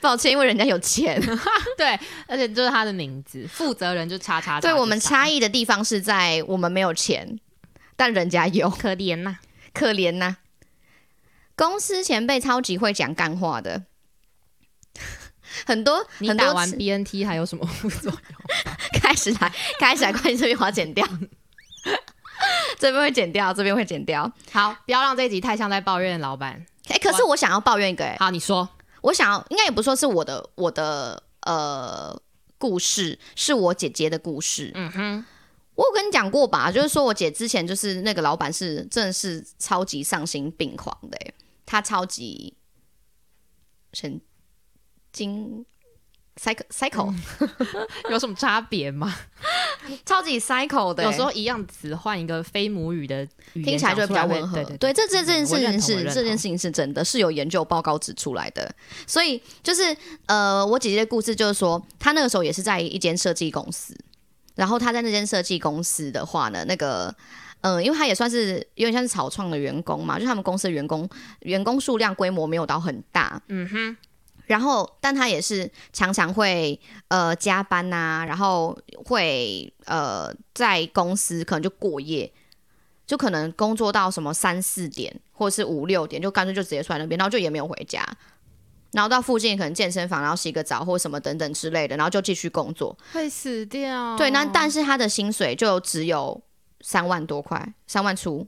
Speaker 3: 抱歉，因为人家有钱。
Speaker 2: 对， 而且就是他的名字，负责人就叉叉叉。
Speaker 3: 对我们差
Speaker 2: 异
Speaker 3: 异的地方是在我们没有钱，但人家有，
Speaker 2: 可怜呐、
Speaker 3: 可怜呐、公司前辈超级会讲干话的， 很多
Speaker 2: 你
Speaker 3: 很
Speaker 2: 打
Speaker 3: 多
Speaker 2: 完
Speaker 3: 次
Speaker 2: BNT 还有什么副作用？
Speaker 3: 开始来开始来，关于这边我要剪掉， 这边会剪掉，这边会剪掉。
Speaker 2: 好，不要让这一集太像在抱怨老板。
Speaker 3: 哎、可是我想要抱怨一个、哎，
Speaker 2: 好，你说，
Speaker 3: 我想要应该也不说是我的我的呃故事，是我姐姐的故事。
Speaker 2: 嗯哼，
Speaker 3: 我有跟你讲过吧，就是说我姐之前就是那个老板是真的是超级丧心病狂的、欸，她超级神经 psycho psycho、
Speaker 2: 嗯有什么差别 吗？
Speaker 3: 超级 psycho 的欸、
Speaker 2: 有时候一样词换一个非母语的语言，
Speaker 3: 听起来就会比较
Speaker 2: 讲出来
Speaker 3: 温和。
Speaker 2: 对对
Speaker 3: 对，这这这件
Speaker 2: 嗯我
Speaker 3: 事
Speaker 2: 认
Speaker 3: 情
Speaker 2: 同我认
Speaker 3: 是这件
Speaker 2: 同
Speaker 3: 事情是真的，是有研究报告指出来的。所以就是呃，我姐姐的故事就是说，她那个时候也是在一间设计公司，然后她在那间设计公司的话呢，那个。嗯，因为她也算是有点像是草创的员工嘛，就他们公司的员工员工数量规模没有到很大，
Speaker 2: 嗯哼，
Speaker 3: 然后，但他也是常常会呃加班呐、然后会呃在公司可能就过夜，就可能工作到什么三四点或者是五六点，就干脆就直接睡在那边，然后就也没有回家，然后到附近可能健身房，然后洗个澡或什么等等之类的，然后就继续工作。
Speaker 2: 会死掉。哦
Speaker 3: 对，那但是他的薪水就只有三万多块，三万出。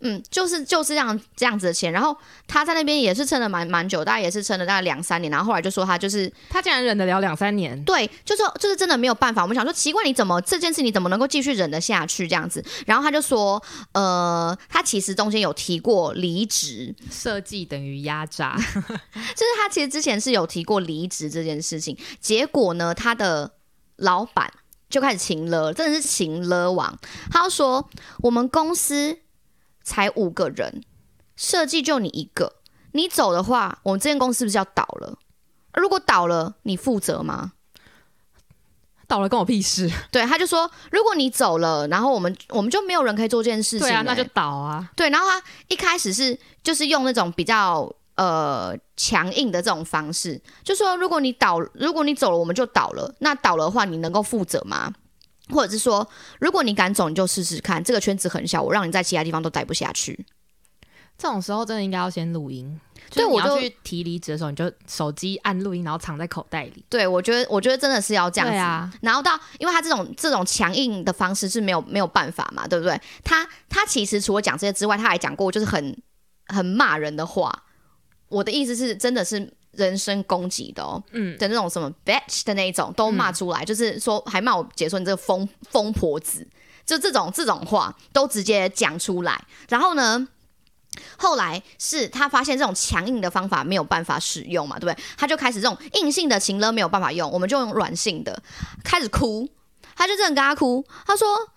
Speaker 3: 嗯，就是就是这样这样子的钱，然后他在那边也是撑了蛮蛮久，大概也是撑了大概两三年，然后后来就说他就是
Speaker 2: 他竟然忍得了两三年，
Speaker 3: 对，就是就是真的没有办法。我们想说奇怪，你怎么这件事你怎么能够继续忍得下去这样子？然后他就说，呃，他其实中间有提过离职，
Speaker 2: 设计等于压榨，
Speaker 3: 就是他其实之前是有提过离职这件事情，结果呢，他的老板就开始情了，真的是情了王。他就说我们公司才五个人，设计就你一个，你走的话，我们这间公司是不是要倒了？如果倒了，你负责吗？
Speaker 2: 倒了关我屁事。
Speaker 3: 对，他就说，如果你走了，然后我们我们就没有人可以做这件事情、
Speaker 2: 对啊，
Speaker 3: 欸
Speaker 2: 那就倒啊。
Speaker 3: 对，然后他一开始是就是用那种比较呃强硬的这种方式，就说如果你倒，如果你走了，我们就倒了。那倒了的话，你能够负责吗？或者是说，如果你敢走，你就试试看，这个圈子很小，我让你在其他地方都待不下去。
Speaker 2: 这种时候真的应该要先录音。就
Speaker 3: 对
Speaker 2: 是你
Speaker 3: 我就
Speaker 2: 要去提离职的时候，你就手机按录音，然后藏在口袋里。
Speaker 3: 对我觉得，我觉得真的是要这样子。
Speaker 2: 对啊，
Speaker 3: 然后到，因为他这种这种强硬的方式是没有没有办法嘛，对不对？他他其实除了讲这些之外，他还讲过就是很很骂人的话。我的意思是，真的是人身攻击的哦。
Speaker 2: 嗯，
Speaker 3: 的那种什么 bitch 的那一种都骂出来，就是说还骂我姐说你这个疯疯婆子，就这种这种话都直接讲出来。然后呢，后来是他发现这种强硬的方法没有办法使用嘛，对不对？他就开始这种硬性的情勒没有办法用，我们就用软性的，开始哭，他就真的跟他哭，他说。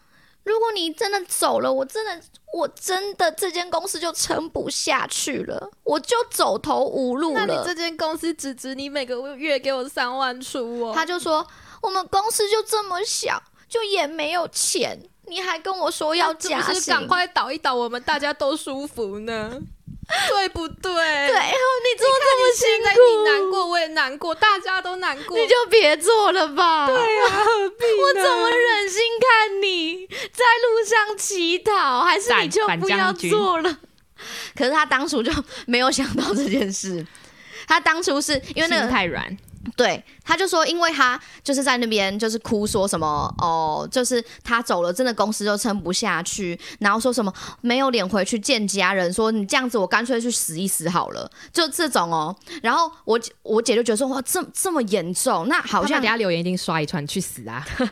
Speaker 3: 如果你真的走了，我真的，我真的这间公司就撑不下去了，我就走投无路了。
Speaker 2: 间公司只值你每个月给我三万出哦
Speaker 3: 他就说：“我们公司就这么小，就也没有钱，你还跟我说要加薪？
Speaker 2: 倒一倒，我们大家都舒服呢， 对不对？
Speaker 3: 对，然后你做这么辛苦，
Speaker 2: 过，我也难过，大家都难过
Speaker 3: 你就别做了吧。对啊，我怎么忍心看你在路上乞讨？还是你
Speaker 2: 反
Speaker 3: 就
Speaker 2: 反
Speaker 3: 不要
Speaker 2: 将军
Speaker 3: 做了？ 可是他当初就没有想到这件事。”他当初是因为那个
Speaker 2: 心太软，
Speaker 3: 对，他就说，因为他就是在那边就是哭说什么哦，就是他走了，真的公司就撑不下去，然后说什么没有脸回去见家人，说你这样子我干脆去死一死好了，就这种哦。然后我姐我姐就觉得说哇，这这么严重，那好
Speaker 2: 好像
Speaker 3: 像
Speaker 2: 等下留言一定刷一串去死啊！
Speaker 3: 就是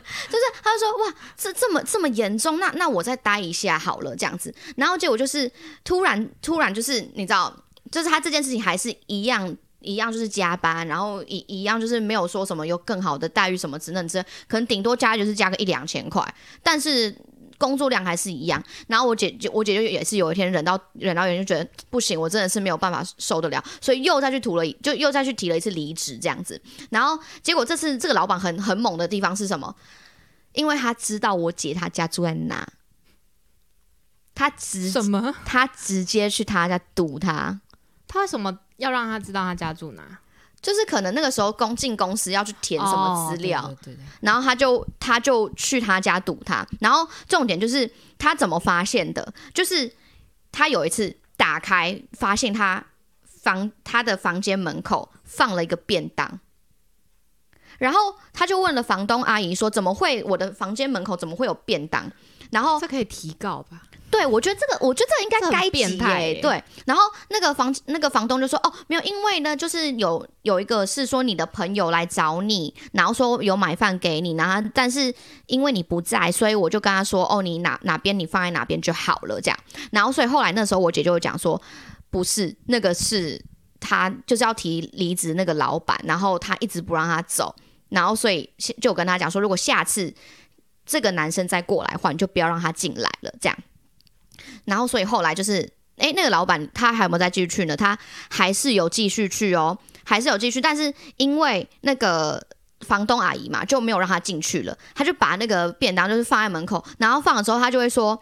Speaker 3: 他就说哇，这这么这么严重，那那我再待一下好了，这样子。然后结果就是突然突然就是你知道，就是他这件事情还是一样。一样就是加班，然后一一样就是没有说什么有更好的待遇什么之类之类，可能顶多加就是加个一两千块，但是工作量还是一样。然后我姐就我姐就也是有一天忍到忍到有一天就觉得不行，我真的是没有办法受得了，所以又再去吐了一就又再去提了一次离职这样子。然后结果这次这个老板很很猛的地方是什么？因为他知道我姐她家住在哪，他直
Speaker 2: 什么？
Speaker 3: 他直接去他家堵他，
Speaker 2: 他为什么要让他知道他家住哪？
Speaker 3: 就是可能那个时候公进公司要去填什么资料，
Speaker 2: 哦对对对对
Speaker 3: 然后他就他就去他家堵他，然后重点就是他怎么发现的，就是他有一次打开发现他房他的房间门口放了一个便当。然后他就问了房东阿姨说：“怎么会我的房间门口怎么会有便当？”然后
Speaker 2: 哦这可以提告吧？
Speaker 3: 对，我觉得这个，我觉得这个应
Speaker 2: 这
Speaker 3: 该
Speaker 2: 很
Speaker 3: 该
Speaker 2: 变
Speaker 3: 急
Speaker 2: 态
Speaker 3: 耶
Speaker 2: 欸
Speaker 3: 对，然后那个房那个房东就说：“哦，没有，因为呢，就是有有一个是说你的朋友来找你，然后说有买饭给你，然后但是因为你不在，所以我就跟他说：哦，你哪哪边你放在哪边就好了，这样。然后所以后来那时候我姐就会讲说，哦不是那个是他就是要提离职那个老板，然后他一直不让他走，然后所以就有跟他讲说，如果下次这个男生再过来的话，你就不要让他进来了，这样。然后所以后来就是，诶，那个老板他还有没有再继续去呢？他还是有继续去哦，还是有继续，但是因为那个。房东阿姨嘛，就没有让他进去了，他就把那个便当就是放在门口，然后放了之后，他就会说，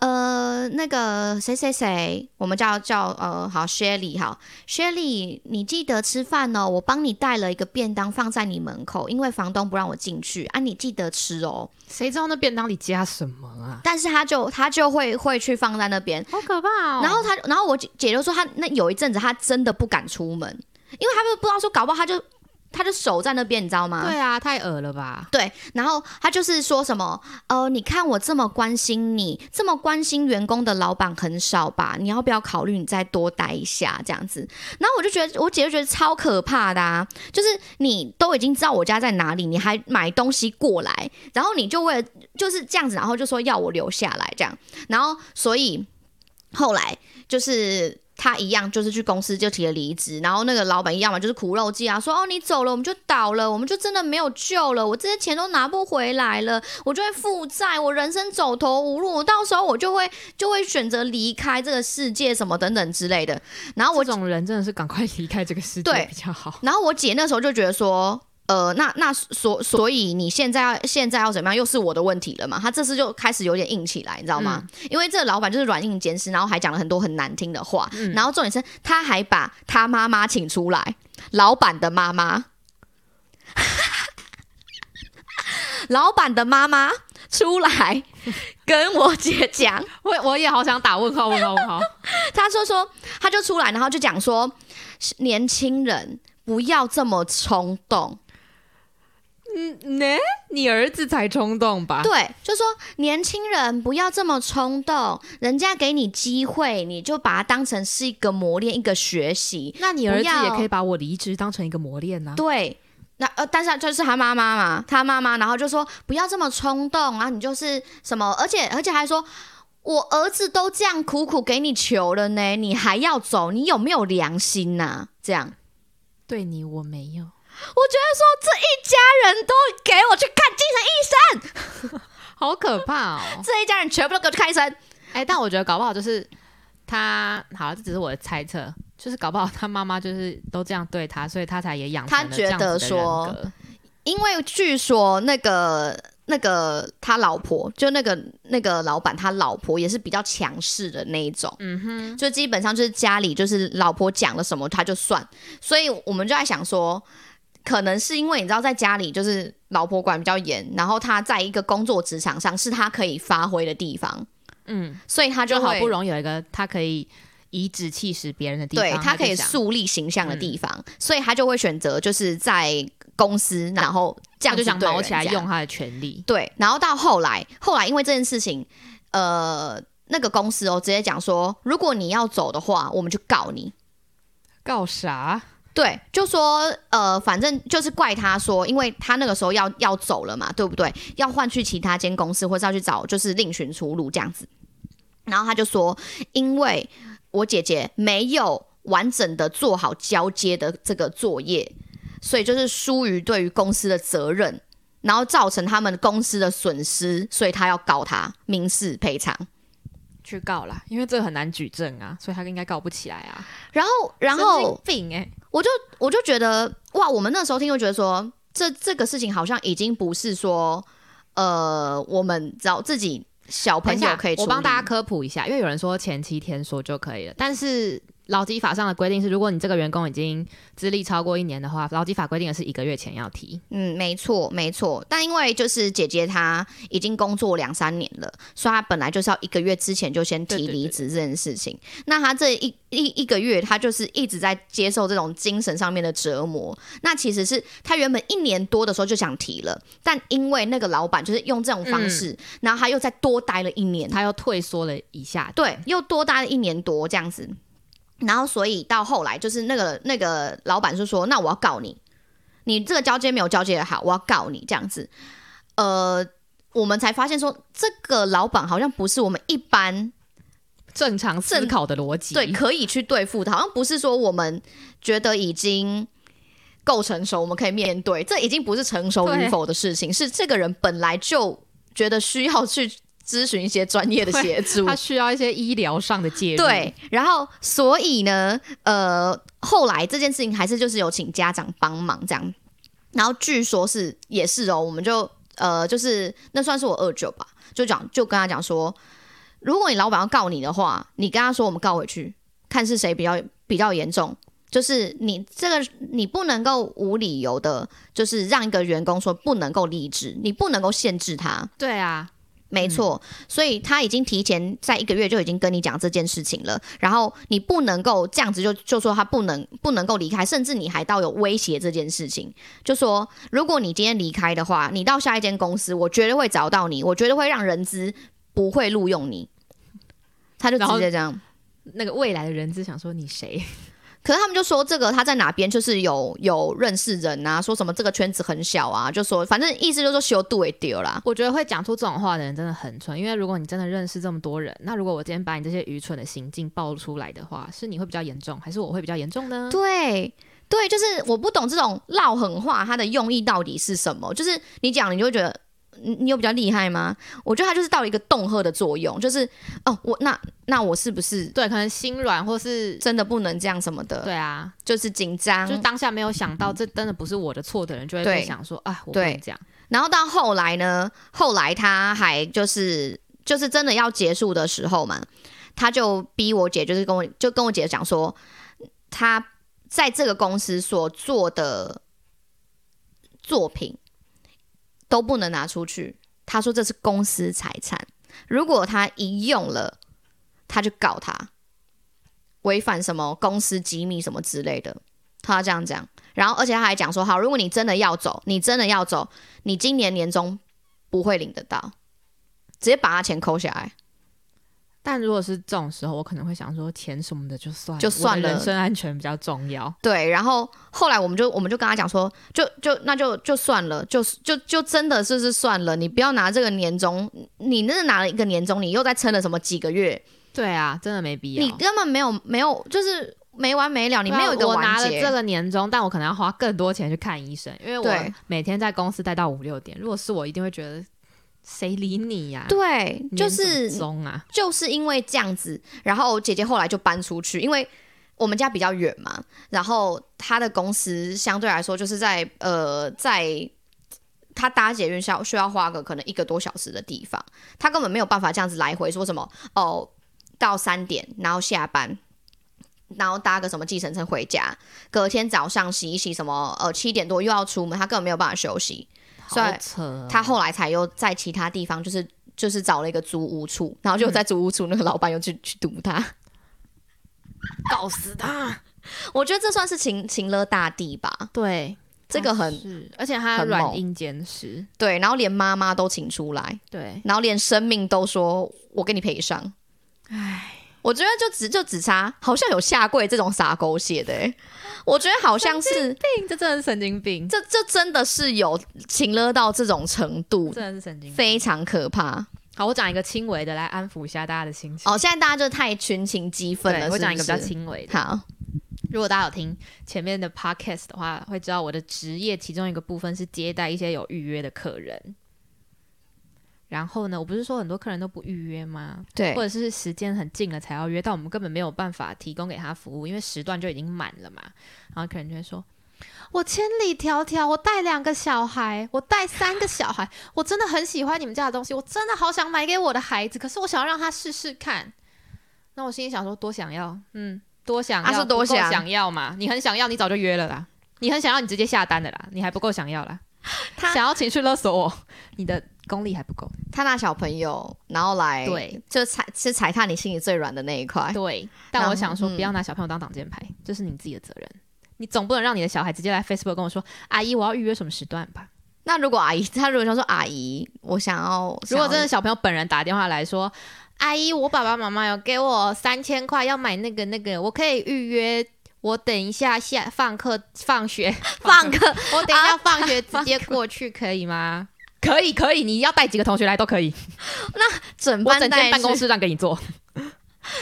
Speaker 3: 呃，那个谁谁谁，我们叫叫呃，好，Shelly，好，Shelly，你记得吃饭哦，我帮你带了一个便当放在你门口，因为房东不让我进去啊，你记得吃哦。
Speaker 2: 谁知道那便当里加什么啊？
Speaker 3: 但是他就他就会会去放在那边，
Speaker 2: 好可怕哦！
Speaker 3: 然后他，然后我姐姐就说他那有一阵子他真的不敢出门，因为他们不知道说，搞不好他就他就守在那边，你知道吗？
Speaker 2: 对啊，太恶了吧？
Speaker 3: 对，然后他就是说什么，呃，你看我这么关心你，这么关心员工的老板很少吧？你要不要考虑你再多待一下这样子？然后我就觉得，我姐就觉得超可怕的啊！就是你都已经知道我家在哪里，你还买东西过来，然后你就为了就是这样子，然后就说要我留下来这样，然后所以后来就是。他一样就是去公司就提了离职，然后那个老板一样嘛，就是苦肉计啊，说哦你走了我们就倒了，我们就真的没有救了，我这些钱都拿不回来了，我就会负债，我人生走投无路，我到时候我就会就会选择离开这个世界什么等等之类的。然后我
Speaker 2: 这种人真的是赶快离开这个世界
Speaker 3: 对
Speaker 2: 比较好。
Speaker 3: 然后我姐那时候就觉得说，呃，那那所所以你现在要现在要怎么样，又是我的问题了嘛？她这次就开始有点硬起来，你知道吗？因为这个老板就是软硬兼施，然后还讲了很多很难听的话，然后重点是他还把他妈妈请出来，老板的妈妈， 老板的妈妈出来跟我姐讲。
Speaker 2: 我我也好想打问号问号问号。
Speaker 3: 他说说，他就出来，然后就讲说，年轻人不要这么冲动。
Speaker 2: 嗯，呢？你儿子才冲动吧？
Speaker 3: 对，就说年轻人不要这么冲动，人家给你机会，你就把它当成是一个磨练，一个学习。
Speaker 2: 那你儿子
Speaker 3: 不要
Speaker 2: 也可以把我离职当成一个磨
Speaker 3: 啊
Speaker 2: 练呐、啊
Speaker 3: 对。那呃，但是就是他妈妈嘛，他妈妈，然后就说不要这么冲动啊，你就是什么，而且而且还说，我儿子都这样苦苦给你求了呢，你还要走，你有没有良心呐、 这样，
Speaker 2: 对你我没有，
Speaker 3: 我觉得说这一家人都给我去看精神医生，
Speaker 2: 好可怕哦！
Speaker 3: 这一家人全部都给我去看医生。
Speaker 2: 哎、但我觉得搞不好就是他，好，啊这只是我的猜测，就是搞不好他妈妈就是都这样对他，所以他才也养成了
Speaker 3: 他觉
Speaker 2: 这
Speaker 3: 得
Speaker 2: 样子的人
Speaker 3: 说
Speaker 2: 格
Speaker 3: 因为据说那个那个他老婆，就那个那个老板他老婆也是比较强势的那一种，嗯哼，就基本上就是家里就是老婆讲了什么他就算，所以我们就在想说。可能是因为你知道，在家里就是老婆管比较严，然后他在一个工作职场上是他可以发挥的地方，
Speaker 2: 嗯，
Speaker 3: 所以他
Speaker 2: 就好
Speaker 3: 会
Speaker 2: 不容易有一个他可以颐指气使别人的地方，
Speaker 3: 对
Speaker 2: 他
Speaker 3: 他可以
Speaker 2: 想
Speaker 3: 树立形象的地方，所以他就会选择就是在公司，然后
Speaker 2: 他
Speaker 3: 这样
Speaker 2: 就
Speaker 3: 子
Speaker 2: 想
Speaker 3: 对
Speaker 2: 毛
Speaker 3: 人
Speaker 2: 起来
Speaker 3: 家
Speaker 2: 用他的权利。
Speaker 3: 对，然后到后来，后来因为这件事情，呃，那个公司哦，直接讲说，如果你要走的话，我们就告你。
Speaker 2: 告啥？
Speaker 3: 对，就说呃，反正就是怪他说，因为他那个时候要要走了嘛，对不对？要换去其他间公司，或是要去找就是另寻出路这样子。然后他就说，因为我姐姐没有完整的做好交接的这个作业，所以就是疏于对于公司的责任，然后造成他们公司的损失，所以他要告他民事赔偿。
Speaker 2: 去告啦，因为这个很难举证啊，所以他应该告不起来啊。
Speaker 3: 然后，然后
Speaker 2: 神经病哎、
Speaker 3: 我就我就觉得哇，我们那时候听就觉得说，这这个事情好像已经不是说，呃，我们找自己小
Speaker 2: 等
Speaker 3: 朋
Speaker 2: 一
Speaker 3: 友
Speaker 2: 下，
Speaker 3: 可以处
Speaker 2: 我
Speaker 3: 理
Speaker 2: 帮大家科普一下，因为有人说前七天说就可以了，但是劳基法上的规定是，如果你这个员工已经资历超过一年的话，劳基法规定的是一个月前要提。
Speaker 3: 嗯，没错没错。但因为就是姐姐她已经工作两三年了，所以她本来就是要一个月之前就先
Speaker 2: 对
Speaker 3: 提
Speaker 2: 对
Speaker 3: 离
Speaker 2: 对
Speaker 3: 职这件事情。那她这一一一个月，她就是一直在接受这种精神上面的折磨。那其实是她原本一年多的时候就想提了，但因为那个老板就是用这种
Speaker 2: 嗯
Speaker 3: 方式，然后她又再多待了一年。
Speaker 2: 他又退缩了一下，
Speaker 3: 对，又多待了一年多这样子。然后，所以到后来就是那个那个老板就说：“那我要告你，你这个交接没有交接的好，我要告你这样子。”呃，我们才发现说，这个老板好像不是我们一般
Speaker 2: 正常思
Speaker 3: 正
Speaker 2: 考的逻辑，
Speaker 3: 对可以去对付的，好像不是说我们觉得已经够成熟，我们可以面对，这已经不是成熟与
Speaker 2: 对
Speaker 3: 否的事情，是这个人本来就觉得需要去咨询一些专业的
Speaker 2: 对
Speaker 3: 协助，
Speaker 2: 他需要一些医疗上的介入。
Speaker 3: 对，，然后所以呢，呃，后来这件事情还是就是有请家长帮忙这样，然后据说是也是哦，我们就呃就是那算是我二舅吧，就讲就跟他讲说，如果你老板要告你的话，你跟他说我们告回去，看是谁比较比较严重。就是你这个，你不能够无理由的，就是让一个员工说不能够离职，你不能够限制他。
Speaker 2: 对啊，
Speaker 3: 没错，所以他已经提前在一个月就已经跟你讲这件事情了，然后你不能够这样子就就说他不能不能够离开，甚至你还到有威胁这件事情，就说如果你今天离开的话，你到下一间公司，我绝对会找到你，我绝对会让人资不会录用你，他就直
Speaker 2: 然后
Speaker 3: 接这样。
Speaker 2: 那个未来的人只想说你谁？
Speaker 3: 可是他们就说这个他在哪边就是有有认识人啊，说什么这个圈子很小啊，就说反正意思就是说修度也丢啦。
Speaker 2: 我觉得会讲出这种话的人真的很蠢，因为如果你真的认识这么多人，那如果我今天把你这些愚蠢的行径爆出来的话，是你会比较严重，还是我会比较严重呢？
Speaker 3: 对对，就是我不懂这种唠狠话，它的用意到底是什么？就是你讲，你就会觉得。你你有比较厉害吗？我觉得它就是到一个恫吓的作用，就是哦，我那那我是不是
Speaker 2: 对，可能心软或是
Speaker 3: 真的不能这样什么的？
Speaker 2: 对啊，
Speaker 3: 就是紧张，
Speaker 2: 就是当下没有想到这真的不是我的错的人，就会
Speaker 3: 对
Speaker 2: 会想说啊，我不
Speaker 3: 对
Speaker 2: 能这样。
Speaker 3: 然后到后来呢，后来他还就是就是真的要结束的时候嘛，他就逼我姐，就是跟我就跟我姐讲说，他在这个公司所做的作品都不能拿出去。他说这是公司财产，如果他一用了，他就告他，违反什么公司机密什么之类的。他要这样讲，然后而且他还讲说，好，如果你真的要走，你真的要走，你今年年终不会领得到，直接把他钱扣下来。
Speaker 2: 但如果是这种时候，我可能会想说钱什么的就算了
Speaker 3: 就算
Speaker 2: 我的
Speaker 3: 了
Speaker 2: 人身安全比较重要。
Speaker 3: 对，然后后来我们就我们就跟他讲说，就就那就就算了，就就就真的是是算了，你不要拿这个年终，你那是拿了一个年终，你又在撑了什么几个月，
Speaker 2: 对啊，真的没必要。
Speaker 3: 你根本没有没有就是没完没了，你没有一
Speaker 2: 对啊
Speaker 3: 个
Speaker 2: 我拿
Speaker 3: 完
Speaker 2: 了
Speaker 3: 结。
Speaker 2: 这个年终，但我可能要花更多钱去看医生，因为
Speaker 3: 对
Speaker 2: 我每天在公司待到五六点。如果是我，一定会觉得谁理你呀、
Speaker 3: 对，
Speaker 2: 你
Speaker 3: 就
Speaker 2: 年什么
Speaker 3: 是
Speaker 2: 中啊，
Speaker 3: 就是因为这样子，然后姐姐后来就搬出去，因为我们家比较远嘛，然后她的公司相对来说就是在呃在。她搭捷运需要需要花个可能一个多小时的地方，她根本没有办法这样子来回说什么哦，到三点然后下班，然后搭个什么计程车回家，隔天早上洗一洗什么呃七点多又要出门，她根本没有办法休息，所以
Speaker 2: 好扯哦、
Speaker 3: 他后来才又在其他地方，就是就是找了一个租屋处，然后就在租屋处那个老板又去、 去堵他。
Speaker 2: 告死他。
Speaker 3: 我觉得这算是情情勒大地吧，
Speaker 2: 对，
Speaker 3: 这个很
Speaker 2: 是，而且他
Speaker 3: 很
Speaker 2: 软
Speaker 3: 猛
Speaker 2: 硬兼施。
Speaker 3: 对，然后连妈妈都请出来，
Speaker 2: 对，
Speaker 3: 然后连生命都说我给你赔上。唉，我觉得就只就只差，好像有下跪这种撒狗血的、欸，我觉得好像是
Speaker 2: 这真的是神经病，
Speaker 3: 这这真的是有情勒到这种程度，
Speaker 2: 真的是神经病。
Speaker 3: 非常可怕。
Speaker 2: 好，我讲一个轻微的来安抚一下大家的心情。
Speaker 3: 哦，现在大家就太群情激愤
Speaker 2: 对，
Speaker 3: 了，
Speaker 2: 我讲一个比较
Speaker 3: 是不是
Speaker 2: 轻微的。
Speaker 3: 好，
Speaker 2: 如果大家有听前面的 podcast 的话，会知道我的职业其中一个部分是接待一些有预约的客人。然后呢，我不是说很多客人都不预约吗？
Speaker 3: 对
Speaker 2: 或，者是时间很近了才要约，但我们根本没有办法提供给他服务，因为时段就已经满了嘛。然后客人就会说：“我千里迢迢，我带两个小孩，我带三个小孩，我真的很喜欢你们家的东西，我真的好想买给我的孩子，可是我想要让他试试看。”那我心里想说，多想要，嗯，多想要，
Speaker 3: 啊是
Speaker 2: 不
Speaker 3: 多
Speaker 2: 够
Speaker 3: 想
Speaker 2: 想要嘛？你很想要，你早就约了啦。你很想要，你直接下单的啦，你还不够想要啦。
Speaker 3: 他
Speaker 2: 想要情绪勒索我，你的功力还不够。
Speaker 3: 他那小朋友，然后来
Speaker 2: 对，
Speaker 3: 就踩是踩踏你心里最软的那一块。
Speaker 2: 对，哎
Speaker 3: 然
Speaker 2: 但
Speaker 3: 后
Speaker 2: 我想说，
Speaker 3: 嗯
Speaker 2: 不要拿小朋友当挡箭牌，这是你自己的责任。你总不能让你的小孩直接来 Facebook 跟我说：“阿姨，我要预约什么时段吧
Speaker 3: 那如果阿姨，他如果想说阿姨，我想要，？”
Speaker 2: 如果真的
Speaker 3: 想
Speaker 2: 小朋友本人打电话来说：“阿姨，我爸爸妈妈有给我三千块，要买那个那个，我可以预约。”我等一下下放课放学
Speaker 3: 要放 个，
Speaker 2: 我啊等一下放学直接过去可以吗？ 可以可以，你要带几个同学来都可 以，
Speaker 3: 整
Speaker 2: 我
Speaker 3: 班
Speaker 2: 整间
Speaker 3: 带
Speaker 2: 办公
Speaker 3: 去，
Speaker 2: 室让给你坐，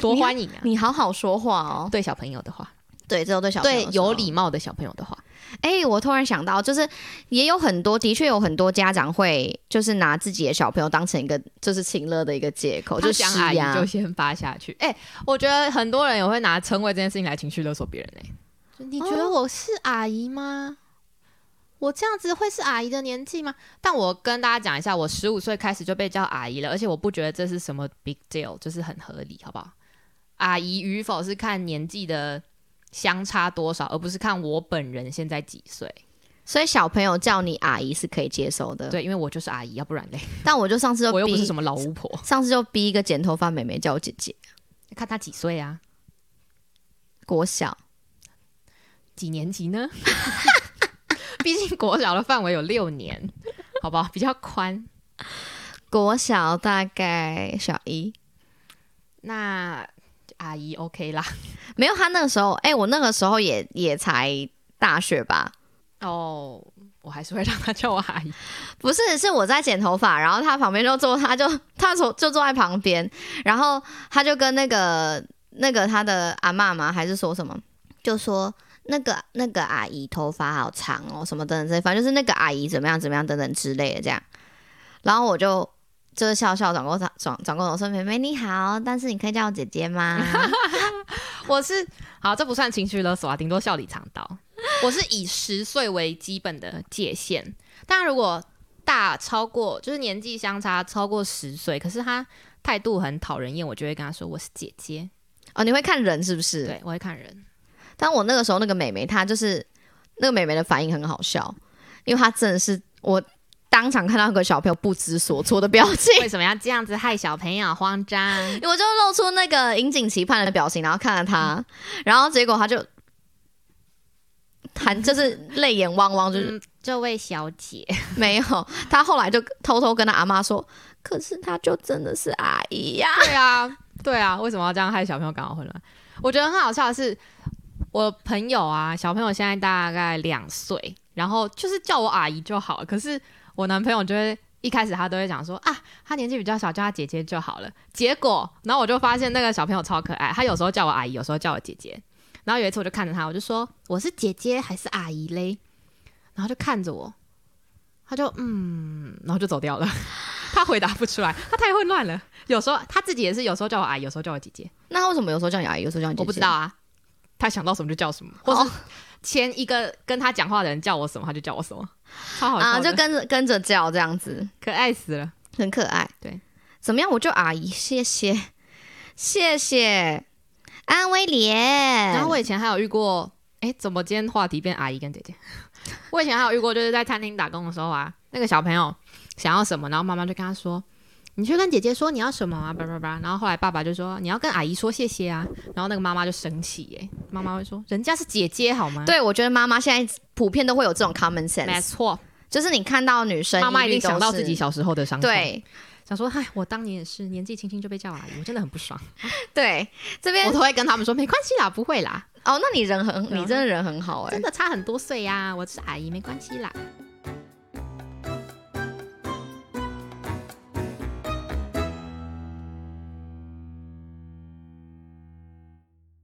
Speaker 2: 多欢迎啊！
Speaker 3: 你好好说话哦。
Speaker 2: 对小朋友的话，
Speaker 3: 对，这都对小朋友
Speaker 2: 对
Speaker 3: 说
Speaker 2: 有礼貌的小朋友的话，
Speaker 3: 哎、我突然想到，就是也有很多，的确有很多家长会就是拿自己的小朋友当成一个就是情乐的一个借口，
Speaker 2: 我
Speaker 3: 就
Speaker 2: 就是想阿姨
Speaker 3: 呀
Speaker 2: 就先发下 去。哎、我觉得很多人也会拿称谓这件事情来情绪勒索别人哎、你
Speaker 3: 觉得
Speaker 2: 我是阿姨吗？我这样子会是阿姨的年纪吗？但我跟大家讲一下，我十五岁开始就被叫阿姨了，而且我不觉得这是什么 big deal，就是很合理，好不好？阿姨与否是看年纪的相差多少，而不是看我本人现在几岁。
Speaker 3: 所以小朋友叫你阿姨是可以接受的。，
Speaker 2: 对，因为我就是阿姨，要不 然嘞，
Speaker 3: 但我就上次就逼
Speaker 2: 我又不是什么老巫婆。
Speaker 3: 上次就逼一个剪头发妹妹叫我姐姐，
Speaker 2: 看她几岁啊？
Speaker 3: 国小
Speaker 2: 几年级 呢？毕竟国小的范围有六年，好吧，比较宽。
Speaker 3: 国小大概小一，
Speaker 2: 那阿姨 OK 啦。
Speaker 3: 没有他那个时候，哎、我那个时候也也才大学吧，
Speaker 2: 哦，我还是会让她叫我阿姨。
Speaker 3: 不是，是我在剪头发，然后他旁边就坐，他就他坐就坐在旁边，然后他就跟那个那个他的阿嬷嘛，还是说什么，就说那个那个阿姨头发好长哦，什么等等之类，反正就是那个阿姨怎么样怎么样等等之类的这样。然后我就就是笑笑转过转转转过头说：“妹妹你好，但是你可以叫我姐姐吗？”
Speaker 2: 我是好，这不算情绪勒索啊，顶多笑里藏刀。我是以十岁为基本的界限，但如果大超过，就是年纪相差超过十岁，可是他态度很讨人厌，我就会跟他说我是姐姐。
Speaker 3: 哦，你会看人是不是？
Speaker 2: 对，我会看 人，
Speaker 3: 但我那个时候那个美眉，她就是那个美眉的反应很好笑，因为她真的是我当场看到那个小朋友不知所措的表情，
Speaker 2: 为什么要这样子害小朋友慌 张？
Speaker 3: 我就露出那个引颈期盼的表情，然后看着她，然后结果她就含就是泪眼汪汪，就是、
Speaker 2: 嗯，这位小姐，
Speaker 3: 没有。她后来就偷偷跟她阿妈说：“可是她就真的是阿姨呀、
Speaker 2: 对啊，对啊，为什么要这样害小朋友感到混乱？我觉得很好笑的是，我朋友啊，小朋友现在大概两岁，然后就是叫我阿姨就好了。可是我男朋友就会一开始他都会讲说啊，他年纪比较小，叫他姐姐就好了。结果，然后我就发现那个小朋友超可爱，他有时候叫我阿姨，有时候叫我姐姐。然后有一次我就看着他，我就说我是姐姐还是阿姨嘞？然后就看着我，他就嗯，然后就走掉了。 他回答不出来，他太混乱了。有时候他自己也是，有时候叫我阿姨，有时候叫我姐姐。
Speaker 3: 那她为什么有时候叫你阿姨，有时候叫你姐姐？
Speaker 2: 我不知道。啊，他想到什么就叫什么，或是前一个跟他讲话的人叫我什么，他就叫我什么，超好笑
Speaker 3: 啊，
Speaker 2: 的
Speaker 3: 就跟着跟着叫这样子。
Speaker 2: 可爱死了。
Speaker 3: 很可爱。
Speaker 2: 对，
Speaker 3: 怎么样？我就阿姨，谢谢， 谢谢，安威廉。
Speaker 2: 然后我以前还有遇过，哎，怎么今天话题变阿姨跟姐姐？ 我以前还有遇过，就是在餐厅打工的时候啊，那个小朋友想要什么，然后妈妈就跟他说。你去跟姐姐说你要什么啊，叭叭叭。然后后来爸爸就说你要跟阿姨说谢谢啊。然后那个妈妈就生气耶、妈妈会说人家是姐姐好吗？，
Speaker 3: 对我觉得妈妈现在普遍都会有这种
Speaker 2: 没
Speaker 3: common sense，
Speaker 2: 错，
Speaker 3: 就是你看到女生，
Speaker 2: 妈妈一
Speaker 3: 一
Speaker 2: 定
Speaker 3: 律都
Speaker 2: 想到
Speaker 3: 是
Speaker 2: 自己小时候的伤痛。
Speaker 3: 对
Speaker 2: 想说，嗨，我当年也是年纪轻轻就被叫阿姨，我真的很不爽。
Speaker 3: 对，这 边
Speaker 2: 我都会跟他们说，没关系啦，不会啦，
Speaker 3: 哦，那你人很，
Speaker 2: 对啊
Speaker 3: 你真的人很好哎、
Speaker 2: 啊真的差很多岁呀、我是阿姨，没关系啦。